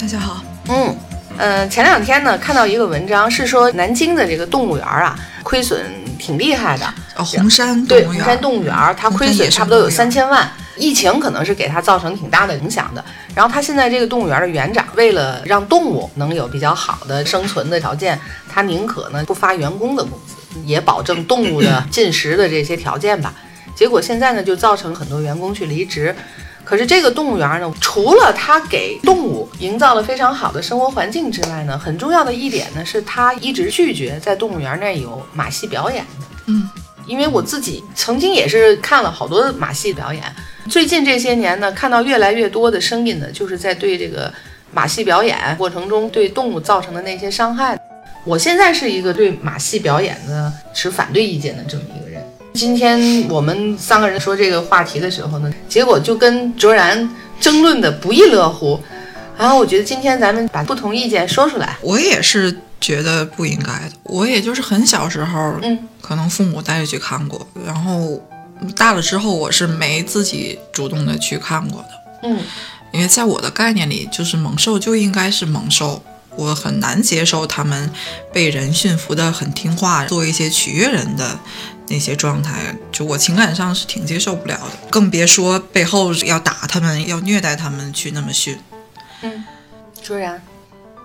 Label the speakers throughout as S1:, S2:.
S1: 大家好。
S2: 嗯。嗯，前两天呢，看到一个文章是说南京的这个动物园啊，亏损挺厉害的。
S1: 哦，红山
S2: 对，
S1: 动物
S2: 红
S1: 园
S2: 山动物园儿它
S1: 红
S2: 亏
S1: 山
S2: 损
S1: 野
S2: 差
S1: 生
S2: 不多有
S1: 动物园
S2: 三千万，疫情可能是给它造成挺大的影响的。然后它现在这个动物园的园长为了让动物能有比较好的生存的条件，他宁可呢不发员工的工资，也保证动物的进食的这些条件吧。结果现在呢，就造成很多员工去离职。可是这个动物园呢，除了它给动物营造了非常好的生活环境之外呢，很重要的一点呢，是它一直拒绝在动物园内有马戏表演。因为我自己曾经也是看了好多马戏表演，最近这些年呢，看到越来越多的声音呢，就是在对这个马戏表演过程中对动物造成的那些伤害。我现在是一个对马戏表演呢持反对意见的这么一个人。今天我们三个人说这个话题的时候呢，结果就跟卓然争论的不亦乐乎。然后我觉得今天咱们把不同意见说出来，
S3: 我也是觉得不应该的。我也就是很小时候，
S2: 嗯，
S3: 可能父母带着去看过，然后大了之后我是没自己主动的去看过的，
S2: 嗯
S3: 因为在我的概念里，就是猛兽就应该是猛兽。我很难接受他们被人驯服的很听话，做一些取悦人的那些状态，就我情感上是挺接受不了的，更别说背后要打他们、要虐待他们去那么训。
S2: 嗯，卓然，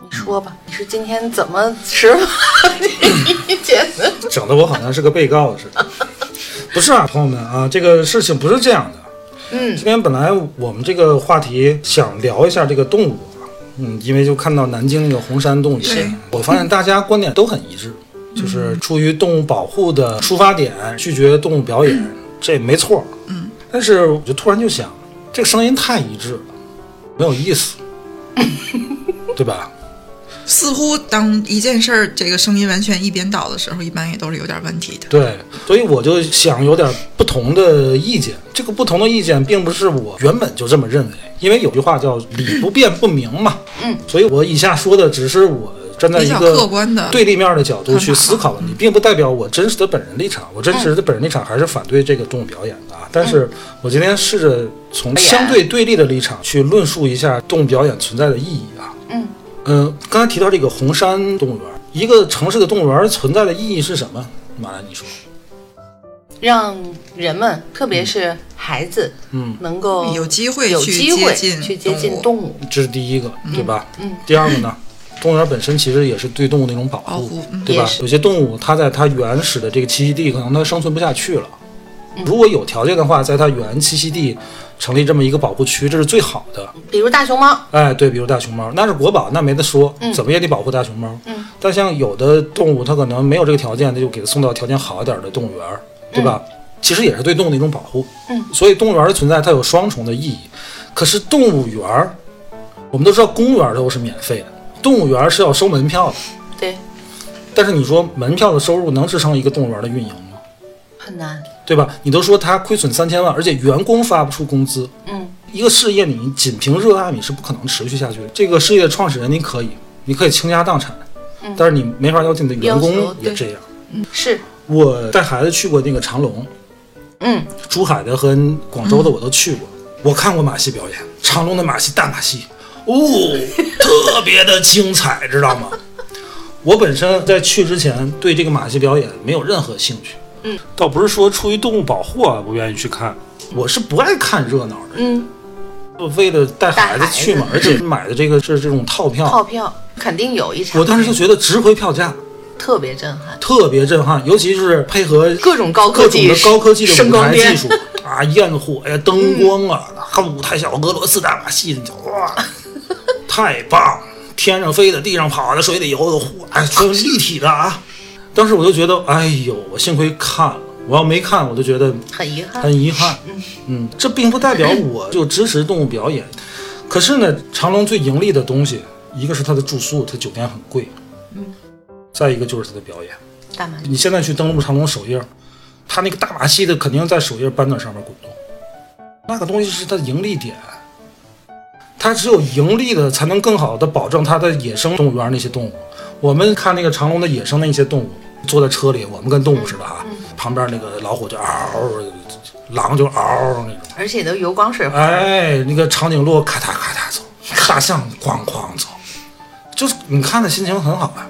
S2: 你说吧， 你是今天怎么持意见的？
S4: 整的我好像是个被告似的。不是啊，朋友们啊，这个事情不是这样的。
S2: 嗯
S4: 今天本来我们这个话题想聊一下这个动物啊，嗯，因为就看到南京那个红山动物园，我发现大家观点都很一致，就是出于动物保护的出发点拒绝动物表演，这没错。嗯，但是我就突然就想，这个声音太一致了，没有意思，对吧？
S3: 似乎当一件事儿这个声音完全一边倒的时候，一般也都是有点问题的。
S4: 对，所以我就想有点不同的意见。这个不同的意见，并不是我原本就这么认为，因为有句话叫“理不辩不明”嘛。
S2: 嗯，
S4: 所以我以下说的只是我站在
S3: 比
S4: 一
S3: 较客
S4: 个
S3: 观的，
S4: 对立面的角度去
S3: 看法
S4: 思考问题，并不代表我真实的本人立场。我真
S2: 嗯
S4: 实的本人立场还是反对这个动物表演的啊。但是我今天试着从
S2: 哎
S4: 相对对立的立场去论述一下动物表演存在的意义啊。
S2: 嗯
S4: 嗯，刚才提到这个红山动物园，一个城市的动物园存在的意义是什么？马兰，你说。
S2: 让人们，特别是孩子，
S4: 嗯，
S2: 能够
S3: 有机会
S2: 有
S3: 去
S2: 机会
S3: 接近
S2: 去接近
S3: 动
S2: 动物。
S4: 这是第一个，对吧？
S2: 嗯
S4: 第二个呢，动物园本身其实也是对动物的一种保
S3: 保
S4: 护，
S3: 护，嗯，
S4: 对吧
S2: 也？是
S4: 有些动物它在它原始的这个栖息地，可能它生存不下去了。
S2: 嗯
S4: 如果有条件的话，在它原栖息地成立这么一个保护区，这是最好的。
S2: 比如大熊猫，
S4: 哎，对，比如大熊猫，那是国宝，那没得说，怎么也得保护大熊猫。
S2: 嗯，
S4: 但像有的动物，它可能没有这个条件，那就给它送到条件好一点的动物园儿，对吧？其实也是对动物的一种保护。
S2: 嗯，
S4: 所以动物园的存在，它有双重的意义。可是动物园儿，我们都知道公园儿都是免费的，动物园儿是要收门票的。
S2: 对，
S4: 但是你说门票的收入能支撑一个动物园儿的运营吗？
S2: 很难。
S4: 对吧？你都说它亏损三千万，而且员工发不出工资，
S2: 嗯
S4: 一个事业你仅凭热爱你是不可能持续下去的。这个事业的创始人你可以，你可以倾家荡产，
S2: 嗯
S4: 但是你没法要求你的员
S2: 要
S4: 工
S2: 求
S4: 也
S2: 对
S4: 这样。
S2: 是，
S4: 我带孩子去过那个长隆，
S2: 嗯，
S4: 珠海的和广州的我都去过，我看过马戏表演，长隆的马戏大马戏， 哦，特别的精彩，知道吗？我本身在去之前对这个马戏表演没有任何兴趣，
S2: 嗯，
S4: 倒不是说出于动物保护啊，我愿意去看，我是不爱看热闹的，
S2: 嗯，
S4: 就为了带孩子去嘛，
S2: 带
S4: 而且买的这个是这种套票，
S2: 套票肯定有一场
S4: 哦我，当时就觉得值回票价，
S2: 特别震撼，
S4: 特别震撼，尤其是配合
S2: 各种高
S4: 各
S2: 科
S4: 种
S2: 技
S4: 的，高科技的
S2: 声
S4: 舞
S2: 光嗯
S4: 台技
S2: 电，
S4: 术 啊，焰火呀、灯光啊，还有舞台小俄罗斯大马戏，你就 哇，太棒！了！天上飞的，地上跑的，水里游的，呼，哎，全是立体的啊！当时我就觉得，哎呦，我幸亏看了，我要没看，我就觉得
S2: 很遗憾。
S4: 很 遗憾。嗯，这并不代表我就支持动物表演。可是呢，长隆最盈利的东西一个是它的住宿，它酒店很贵，嗯，再一个就是它的表演。
S2: 大满
S4: 你现在去登录长隆首页，它那个大马戏的肯定在首页板块上面滚动，那个东西是它的盈利点，它只有盈利了才能更好的保证它的野生动物园那些动物。我们看那个长隆的野生那些动物，坐在车里，我们跟动物似的啊，旁边那个老虎就嗷，狼就嗷那种。
S2: 而且都油光水滑，
S4: 哎，那个长颈鹿咔嗒咔嗒走，大象哐哐走，就是你看的心情很好啊。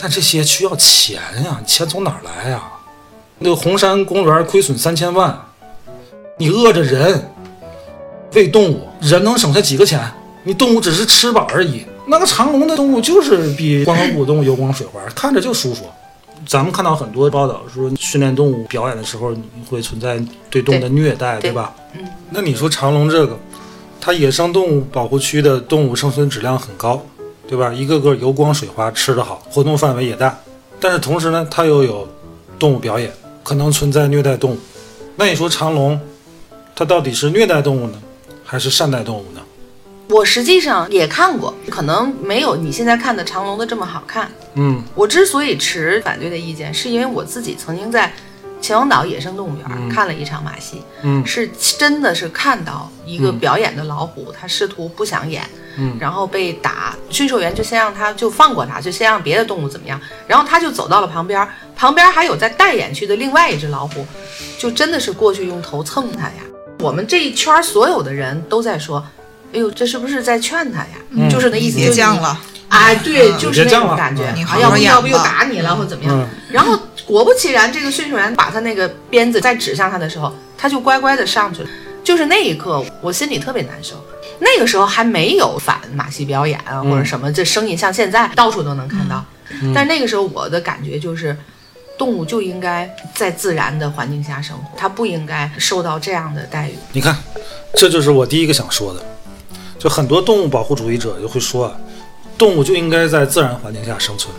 S4: 但这些需要钱呀、你钱从哪儿来呀、那个红山公园亏损三千万，你饿着人，喂动物，人能省下几个钱？你动物只是吃饱而已。那个长隆的动物就是比关河谷动物油光水滑，看着就舒服。咱们看到很多报道说，训练动物表演的时候，你会存在对动物的虐待，
S2: 对
S4: 对吧？那你说长隆这个，它野生动物保护区的动物生存质量很高，对吧？一个个油光水滑，吃得好，活动范围也大，但是同时呢，它又有动物表演，可能存在虐待动物。那你说长隆，它到底是虐待动物呢，还是善待动物呢？
S2: 我实际上也看过，可能没有你现在看的长隆的这么好看。
S4: 嗯
S2: 我之所以持反对的意见，是因为我自己曾经在秦皇岛野生动物园看了一场马戏，
S4: 嗯
S2: 是真的是看到一个表演的老虎，它试图不想演，
S4: 嗯
S2: 然后被打，驯兽员就先让它就放过它，就先让别的动物怎么样，然后它就走到了旁边，旁边还有在带演区的另外一只老虎，就真的是过去用头蹭它呀。我们这一圈所有的人都在说，哎呦，这是不是在劝它呀？
S4: 嗯
S2: 就是那意思，
S3: 别
S2: 就
S3: 犟
S2: 降
S3: 了。
S2: 哎，对，
S3: 嗯
S2: 就是
S4: 别
S2: 那
S4: 犟
S2: 种
S4: 了
S2: 感觉，
S4: 嗯
S3: 你
S2: 啊
S3: 好
S2: 要
S3: 好
S2: 不
S3: 养
S2: 要不又
S3: 吧
S2: 打你了或者怎么样
S4: 嗯。，
S2: 然后果不其然，这个驯兽员把他那个鞭子在指向他的时候，他就乖乖的上去了。就是那一刻，我心里特别难受。那个时候还没有反马戏表演啊，
S4: 嗯
S2: 或者什么，这声音像现在到处都能看到。但那个时候我的感觉就是，动物就应该在自然的环境下生活，它不应该受到这样的待遇。
S4: 你看，这就是我第一个想说的，就很多动物保护主义者就会说啊，动物就应该在自然环境下生存。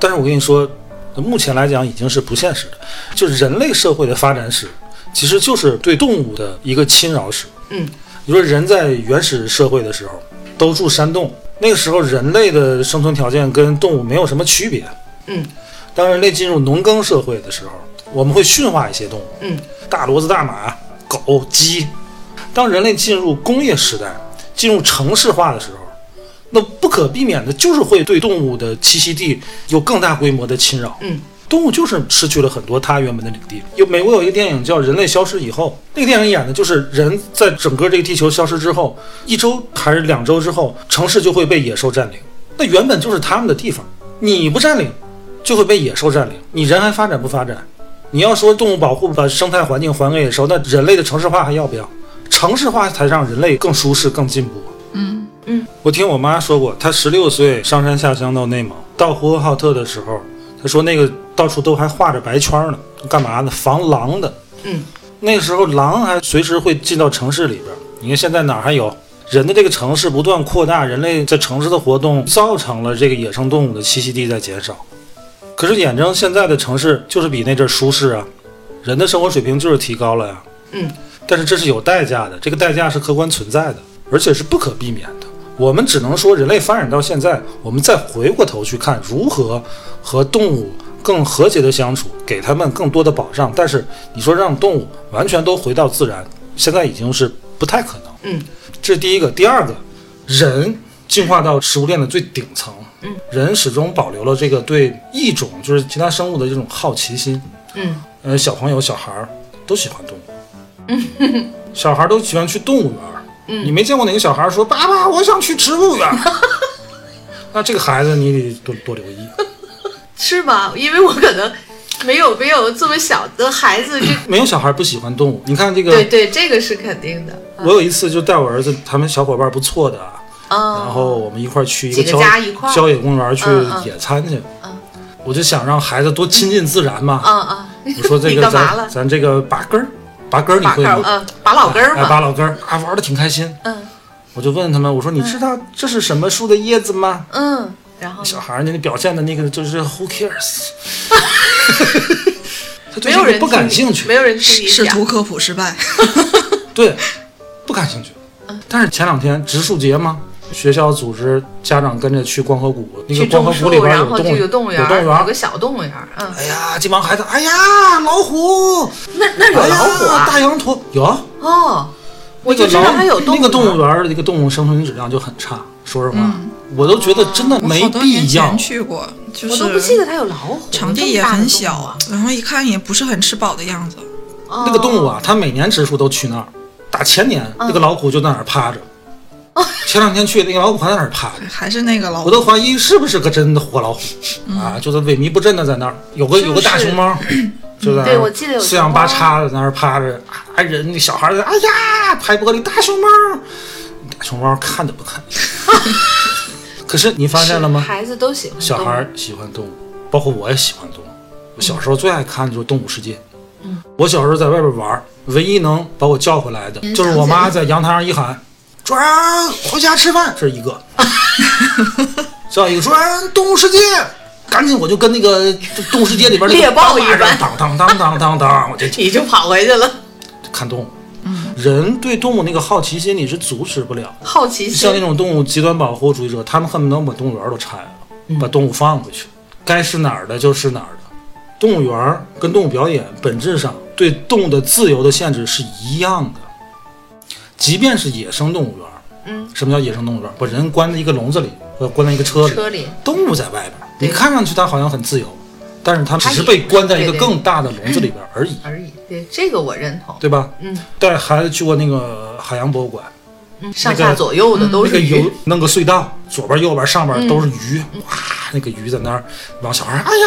S4: 但是我跟你说，目前来讲已经是不现实的。就人类社会的发展史，其实就是对动物的一个侵扰史。
S2: 嗯，
S4: 你说人在原始社会的时候都住山洞，那个时候人类的生存条件跟动物没有什么区别。
S2: 嗯，
S4: 当人类进入农耕社会的时候，我们会驯化一些动物。
S2: 嗯，
S4: 大骡子、大马、狗、鸡。当人类进入工业时代、进入城市化的时候，那不可避免的就是会对动物的栖息地有更大规模的侵扰。
S2: 嗯，
S4: 动物就是失去了很多它原本的领地。有美国有一个电影叫《人类消失以后》，那个电影演的就是人在整个这个地球消失之后，一周还是两周之后，城市就会被野兽占领。那原本就是他们的地方，你不占领，就会被野兽占领。你人还发展不发展？你要说动物保护把生态环境还给野兽，那人类的城市化还要不要？城市化才让人类更舒适、更进步。
S3: 嗯，
S4: 我听我妈说过，她十六岁上山下乡到内蒙，到呼和浩特的时候，她说那个到处都还画着白圈呢，干嘛呢？防狼的。
S2: 嗯，
S4: 那个时候狼还随时会进到城市里边。你看现在哪儿还有？人的这个城市不断扩大，人类在城市的活动造成了这个野生动物的栖息地在减少。可是眼睁现在的城市就是比那阵儿舒适啊，人的生活水平就是提高了呀。
S2: 嗯，
S4: 但是这是有代价的，这个代价是客观存在的，而且是不可避免的。我们只能说，人类发展到现在，我们再回过头去看如何和动物更和谐的相处，给它们更多的保障。但是你说让动物完全都回到自然，现在已经是不太可能。
S2: 嗯，
S4: 这是第一个。第二个，人进化到食物链的最顶层，
S2: 嗯，
S4: 人始终保留了这个对异种，就是其他生物的这种好奇心。
S2: 嗯，
S4: 呃，小朋友、小孩儿都喜欢动物，小孩儿都喜欢去动物园儿。
S2: 嗯
S4: 你没见过哪个小孩儿说：“爸爸，我想去植物园儿。” 那这个孩子你得多多留意。
S2: 是吧？因为我可能没有没有这么小的孩子，这
S4: 没有小孩儿不喜欢动物。你看这
S2: 对
S4: 个，
S2: 对，这个是肯定的。
S4: 我有一次就带我儿子，他们小伙伴儿不错的啊，
S2: 啊，
S4: 然后我们一块儿去一
S2: 几个
S4: 郊
S2: 家一块儿
S4: 郊野公园去
S2: 嗯嗯
S4: 野餐去。
S2: 嗯
S4: 我就想让孩子多亲近自然嘛。
S2: 嗯嗯，
S4: 我说这
S2: 你
S4: 个
S2: 干嘛了
S4: 咱咱这个拔根儿，拔根儿你
S2: 拔
S4: 会
S2: 根儿，
S4: 吗？
S2: 嗯，拔老根儿
S4: 哎，
S2: 嘛，
S4: 拔老根儿啊，玩的挺开心。
S2: 嗯
S4: 我就问他们，我说你知道这是什么树的叶子吗？
S2: 嗯，然后呢
S4: 小孩儿那表现的那个就是 who cares，他
S2: 没
S4: 对
S2: 有
S4: 这
S2: 人
S4: 个不
S2: 听
S4: 感
S2: 你
S4: 兴趣，
S2: 没有人听你
S3: 试
S2: 讲
S3: 图，科普失败。
S2: 嗯
S4: 对，不感兴趣。但是前两天植树节嘛，学校组织家长跟着去光河谷，那个
S2: 去
S4: 光河
S2: 种
S4: 谷
S2: 树，
S4: 里边
S2: 然
S4: 有
S2: 后
S4: 动
S2: 就
S4: 物
S2: 有动物园
S4: 有
S2: 儿，
S4: 动物
S2: 有
S4: 园
S2: 个。小动物园儿，嗯，
S4: 哎呀，这帮孩子，哎呀，老虎，
S2: 那那有
S4: 哎呀
S2: 老虎啊，
S4: 大羊驼有啊，
S2: 哦，我
S4: 那
S2: 就
S4: 个
S2: 知道
S4: 老
S2: 还有动物
S4: 那个动物
S2: 园儿，
S4: 园儿的那个动物生存质量就很差。说实话，
S3: 嗯
S4: 我都觉得真的
S3: 我
S4: 没
S3: 好多年
S4: 必要
S3: 前。去过，就
S2: 我
S3: 是
S2: 都不记得它有老虎，
S3: 场地也很小，啊然后一看也不是很吃饱的样子。
S4: 那
S2: 那
S4: 个动物啊，它每年植树都去那儿。打前年，那个老虎就在那儿趴着。前两天去，那个老虎还在那儿趴着。
S3: 还是那个老
S4: 我都怀疑是不是个真的活老虎、啊，就是萎靡不振的在那儿，有个有个大熊猫，就在那
S2: 对
S4: 儿
S2: 我记得有
S4: 四
S2: 熊
S4: 仰八
S2: 猫
S4: 叉的在那儿趴着，啊人那小孩儿在哎呀拍玻璃，大熊猫，大熊猫看都不看。可是你发现了吗？
S2: 孩子都喜欢
S4: 小
S2: 动物
S4: 孩儿喜欢动物，包括我也喜欢动物。我小时候最爱看的就是《动物世界》。嗯，我小时候在外边玩儿，唯一能把我叫回来的
S2: 嗯
S4: 就是我妈在阳台上一喊：“主人，回家吃饭。”这是 一个。再有一个主人，动物世界。赶紧，我就跟那个《动物世界》里边那个
S2: 猎豹一般
S4: 大蚂蚱当当当当当当，我就
S2: 你就跑回去了，
S4: 看动物。人对动物那个好奇心你是阻止不了，
S2: 好奇
S4: 像那
S2: 心。
S4: 种动物极端保护主义者，他们恨不得把动物园都拆了，
S2: 嗯
S4: 把动物放回去，该是哪儿的就是哪儿的。动物园跟动物表演本质上对动物的自由的限制是一样的，即便是野生动物园，
S2: 嗯，
S4: 什么叫野生动物园？把人关在一个笼子里，或者关在一个车里，
S2: 车里
S4: 动物在外边，你
S2: 对
S4: 看上去它好像很自由，但是它只是
S2: 它也
S4: 被关在一个
S2: 对对
S4: 更大的笼子里边而已，
S2: 而已，对这个我认同。
S4: 对吧？
S2: 嗯
S4: 带孩子去过那个海洋博物馆，
S2: 嗯，上下左右的都
S4: 那个
S2: 是
S4: 游
S2: 鱼，
S4: 弄个隧道，左边右边上边
S2: 嗯
S4: 都是鱼，哇，那个鱼在那儿往小孩儿，哎呀，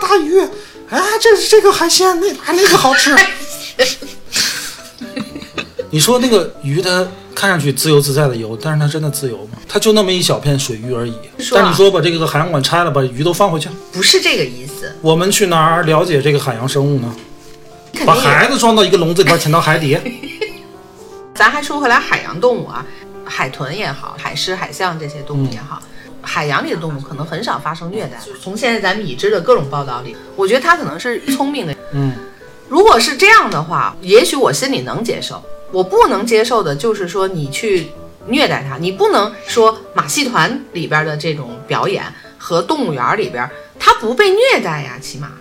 S4: 大鱼，哎，这这个海鲜，那啊那个 好吃。你说那个鱼它看上去自由自在的游，但是它真的自由吗？它就那么一小片水域而已。
S2: 是啊
S4: 但你说把这个海洋馆拆了，把鱼都放回去，
S2: 不是这个意思，
S4: 我们去哪儿了解这个海洋生物呢？
S2: 肯
S4: 把
S2: 定有。
S4: 孩子装到一个笼子里边，潜到海底，
S2: 咱还说回来，海洋动物啊，海豚也好，海狮、海象这些动物
S4: 嗯
S2: 也好，海洋里的动物可能很少发生虐待。从现在咱们已知的各种报道里，我觉得它可能是聪明的。
S4: 嗯，
S2: 如果是这样的话，也许我心里能接受。我不能接受的就是说你去虐待它，你不能说马戏团里边的这种表演和动物园里边，它不被虐待呀，起码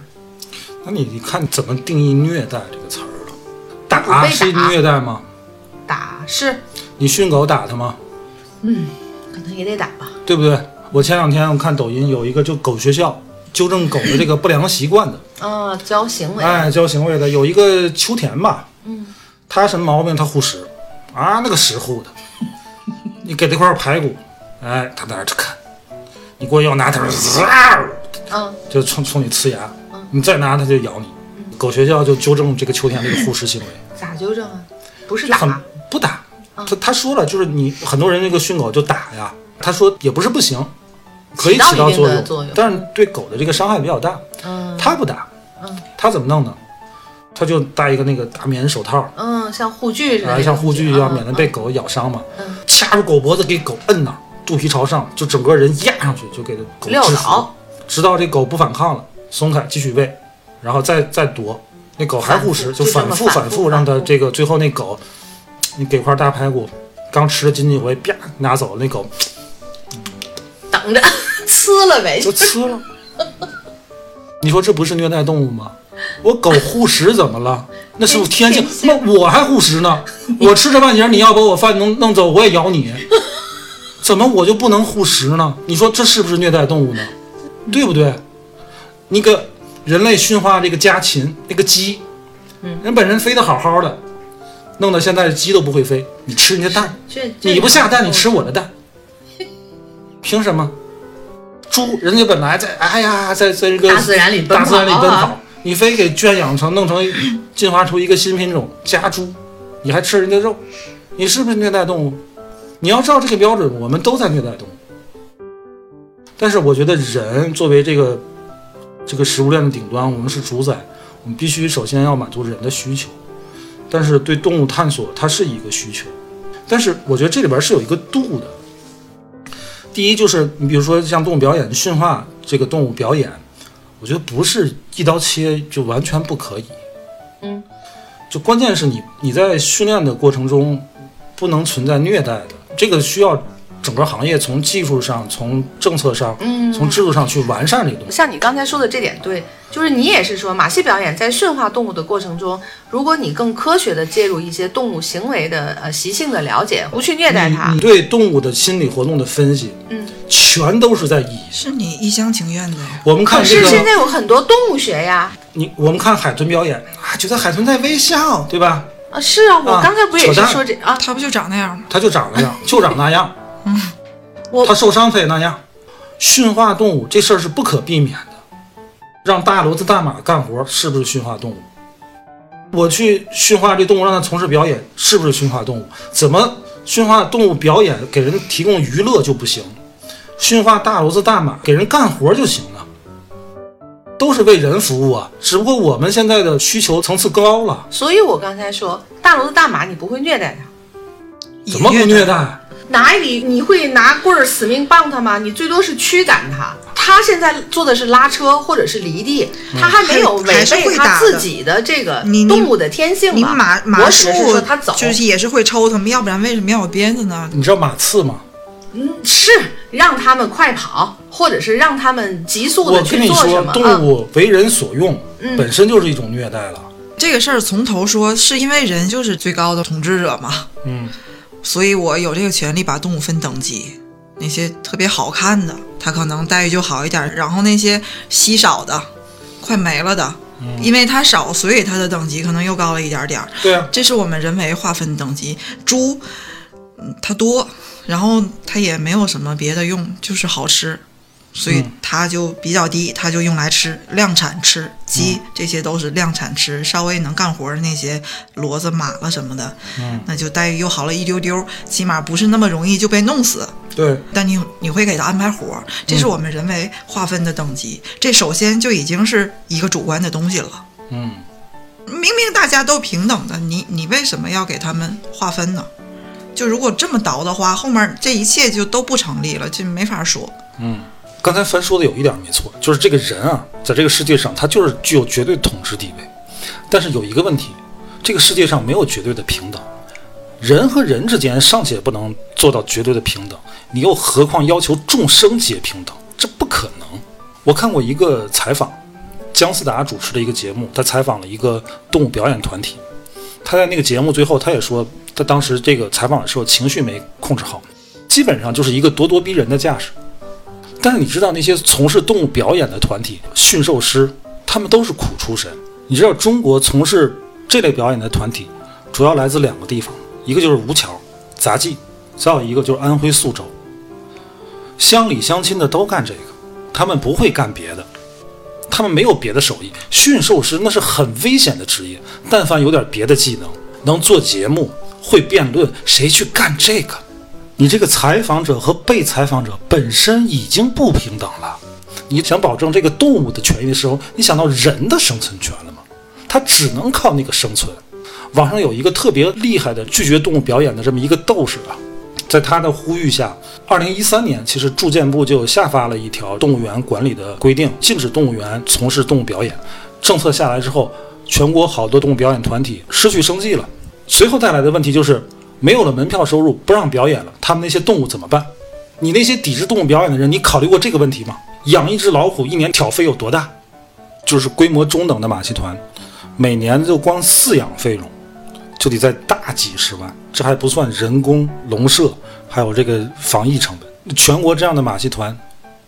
S4: 那你你看怎么定义“虐待”这个词儿了？
S2: 不
S4: 打
S2: 被打
S4: 是虐待吗？
S2: 打是，
S4: 你训狗打它吗？
S2: 嗯，可能也得打吧。
S4: 对不对？我前两天我看抖音有一个就狗学校纠正狗的这个不良习惯的，
S2: 啊、教行为，
S4: 哎，教行为的有一个秋田吧，嗯，他什么毛病？他护食，啊，那个食护的，你给他块排骨，哎，他在那儿啃，你过去要拿它，嗖
S2: 嗯，
S4: 就冲冲你呲牙，你再拿它就咬你。狗学校就纠正这个秋田这个护食行为，
S2: 咋纠正啊？不是
S4: 就
S2: 打嗯
S4: 很不打。他他说了，就是你很多人那个训狗就打呀，他说也不是不行，可以起
S2: 起到
S4: 到作
S2: 一定
S4: 用，
S2: 的作用
S4: 但是对狗的这个伤害比较大。
S2: 嗯
S4: 他不打，他怎么弄呢？他就戴一个那个大棉手套，
S2: 嗯，像护具似的，
S4: 然啊后像护具一样，免得被
S2: 嗯
S4: 狗咬伤嘛
S2: 嗯。
S4: 掐住狗脖子给狗摁那儿，肚皮朝上，就整个人压上去，就给这狗
S2: 撂
S4: 制服
S2: 倒，
S4: 直到这狗不反抗了，松开继续喂，然后再再夺，那狗还护食，
S2: 反复
S4: 就
S2: 就这
S4: 反
S2: 么
S4: 复
S2: 反
S4: 反
S2: 复
S4: 复
S2: 反
S4: 让它
S2: 复
S4: 这个最后那狗，你给块大排骨，刚吃了仅几回，啪拿走了，那狗
S2: 等着 呲了呗，
S4: 就呲了。你说这不是虐待动物吗？我狗护食怎么了？那是我天性
S2: 天。性
S4: 那我还护 食呢？我吃着半截儿，你要把我饭弄弄走，我也咬你。怎么我就不能护食呢？你说这是不是虐待动物呢？对不对？那个人类驯化这个家禽，那个鸡，
S2: 嗯
S4: 人本身飞得好好的，弄得现在鸡都不会飞。你吃人家蛋，
S2: 这这
S4: 你不下蛋，你吃我 的蛋，凭什么？猪人家本来在哎呀，在在这个
S2: 大自然里奔跑
S4: 大自然里奔
S2: 啊
S4: 跑，你非给圈养成弄成进化出一个新品种家猪，你还吃人家肉，你是不是虐待动物？你要照这个标准，我们都在虐待动物。但是我觉得人作为这个这个食物链的顶端，我们是主宰，我们必须首先要满足人的需求。但是对动物探索，它是一个需求，但是我觉得这里边是有一个度的。第一就是你比如说像动物表演、驯化这个动物表演，我觉得不是一刀切就完全不可以。
S2: 嗯，
S4: 就关键是你你在训练的过程中不能存在虐待的，这个需要整个行业从技术上、从政策上、
S2: 嗯
S4: 从制度上去完善这个东西。
S2: 像你刚才说的这点对，就是你也是说马戏表演在驯化动物的过程中，如果你更科学的介入一些动物行为的呃习性的了解，不去虐待它
S4: 你，对动物的心理活动的分析，
S2: 嗯，
S4: 全都是在意义上。
S3: 是你一厢情愿的呀。
S4: 我们
S2: 可
S4: 看这
S2: 是
S4: 个，
S2: 现在有很多动物学呀，
S4: 你我们看海豚表演，啊，觉得海豚在微笑，对吧？
S2: 啊是啊，我
S4: 啊
S2: 刚才不也
S4: 扯
S2: 是
S4: 淡
S2: 说这啊，
S3: 他不就长那样吗？
S4: 它就长那样，就长那样。
S2: 我
S4: 它受伤它也那样。驯化动物这事儿是不可避免的。让大骡子、大马干活是不是驯化动物？我去驯化这动物，让它从事表演，是不是驯化动物？怎么驯化动物表演给人提供娱乐就不行？驯化大骡子、大马给人干活就行了，都是为人服务啊。只不过我们现在的需求层次高了，
S2: 所以我刚才说大骡子大马你不会虐待它。
S3: 也
S4: 怎么不虐？待？
S2: 哪里你会拿棍儿死命棒它吗？你最多是驱赶它。它现在做的是拉车或者是离地，
S3: 嗯
S2: 它还没有违
S1: 还是
S2: 背
S1: 会
S2: 它
S1: 打的
S2: 自己的这个
S3: 你你
S2: 动物的天性吧。
S3: 你马
S2: 我
S3: 马
S2: 只
S3: 术
S2: 是说它走，
S3: 就是也是会抽他们，要不然为什么要有鞭子呢？
S4: 你知道马刺吗？
S2: 嗯是让它们快跑，或者是让它们急速
S4: 我
S2: 的
S4: 跟
S2: 去
S4: 你
S2: 做
S4: 说
S2: 什，么。
S4: 动
S2: 嗯，
S4: 物为人所用，
S2: 嗯
S4: 本身就是一种虐待了。
S3: 这个事儿从头说，是因为人就是最高的统治者嘛，
S4: 嗯，
S3: 所以我有这个权利把动物分等级。那些特别好看的，它可能待遇就好一点儿，然后那些稀少的、快没了的，因为它少，所以它的等级可能又高了一点儿点儿。
S4: 对啊，
S3: 这是我们人为划分等级。猪，嗯，它多，然后它也没有什么别的用，就是好吃，所以
S4: 嗯
S3: 它就比较低，它就用来吃，量产吃。鸡、
S4: 嗯
S3: 这些都是量产吃，稍微能干活儿的那些骡子、马了什么的，
S4: 嗯
S3: 那就待遇又好了一丢丢，起码不是那么容易就被弄死。
S4: 对，
S3: 但你你会给他安排活儿，这是我们人为划分的等级，这首先就已经是一个主观的东西了。
S4: 嗯，
S3: 明明大家都平等的，你你为什么要给他们划分呢？就如果这么倒的话，后面这一切就都不成立了，这没法说。
S4: 刚才凡说的有一点没错，就是这个人啊，在这个世界上，他就是具有绝对统治地位。但是有一个问题，这个世界上没有绝对的平等，人和人之间尚且不能做到绝对的平等，你又何况要求众生皆平等？这不可能。我看过一个采访，姜思达主持的一个节目，他采访了一个动物表演团体。他在那个节目最后，他也说，他当时这个采访的时候情绪没控制好，基本上就是一个咄咄逼人的架势。但是你知道那些从事动物表演的团体，驯兽师，他们都是苦出身。你知道中国从事这类表演的团体，主要来自两个地方，一个就是吴桥、杂技，再有一个就是安徽宿州。乡里乡亲的都干这个，他们不会干别的，他们没有别的手艺。驯兽师那是很危险的职业，但凡有点别的技能，能做节目、会辩论，谁去干这个？你这个采访者和被采访者本身已经不平等了。你想保证这个动物的权益的时候，你想到人的生存权了吗？它只能靠那个生存。网上有一个特别厉害的拒绝动物表演的这么一个斗士啊，在他的呼吁下，二零一三年其实住建部就下发了一条动物园管理的规定，禁止动物园从事动物表演。政策下来之后，全国好多动物表演团体失去生计了。随后带来的问题就是，没有了门票收入，不让表演了，他们那些动物怎么办？你那些抵制动物表演的人，你考虑过这个问题吗？养一只老虎一年挑费有多大？就是规模中等的马戏团，每年就光饲养费用就得在大几十万，这还不算人工、笼舍，还有这个防疫成本。全国这样的马戏团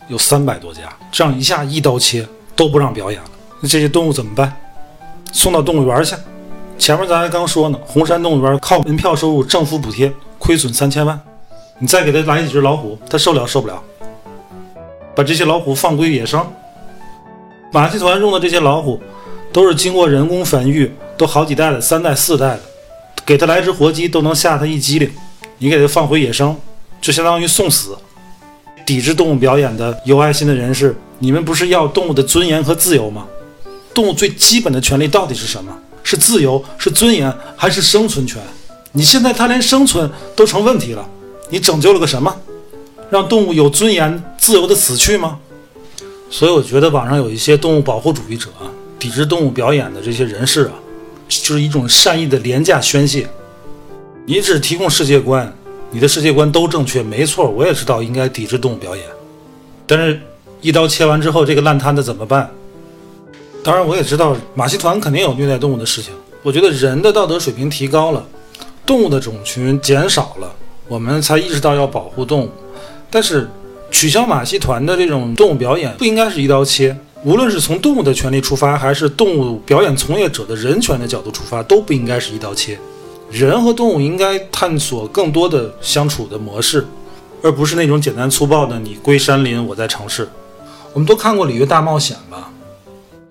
S4: 有三百多家，这样一下一刀切都不让表演了，那这些动物怎么办？送到动物园去。前面咱还刚说呢，红山动物园靠门票收入、政府补贴亏损三千万，你再给他来几只老虎，他受了受不了。把这些老虎放归野生，马戏团用的这些老虎都是经过人工繁育，都好几代了，三代四代的，给他来只活鸡都能吓他一激灵。你给他放回野生，就相当于送死。抵制动物表演的有爱心的人士，你们不是要动物的尊严和自由吗？动物最基本的权利到底是什么？是自由，是尊严，还是生存权？你现在它连生存都成问题了，你拯救了个什么？让动物有尊严、自由的死去吗？所以我觉得网上有一些动物保护主义者啊，抵制动物表演的这些人士啊，就是一种善意的廉价宣泄。你只提供世界观，你的世界观都正确，没错，我也知道应该抵制动物表演，但是，一刀切完之后，这个烂摊子怎么办？当然，我也知道马戏团肯定有虐待动物的事情。我觉得人的道德水平提高了，动物的种群减少了，我们才意识到要保护动物。但是，取消马戏团的这种动物表演，不应该是一刀切。无论是从动物的权利出发，还是动物表演从业者的人权的角度出发，都不应该是一刀切。人和动物应该探索更多的相处的模式，而不是那种简单粗暴的你归山林，我在城市。我们都看过《里约大冒险》吧？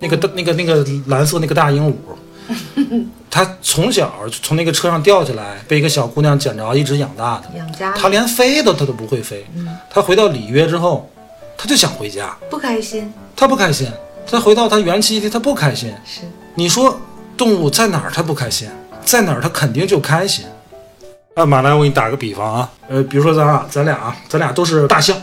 S4: 那个大那个那个蓝色那个大鹦鹉，它从小就从那个车上掉下来，被一个小姑娘捡着，一直养大的。
S2: 养家
S4: 它连飞都它都不会飞。
S2: 嗯
S4: 它回到里约之后，它就想回家，
S2: 不开心
S4: 它不开心。它回到它原栖地，它不开心。
S2: 是
S4: 你说动物在哪儿它不开心，在哪儿它肯定就开心。啊，马来，我给你打个比方啊，呃，比如说咱俩，咱俩啊，咱俩都是大象，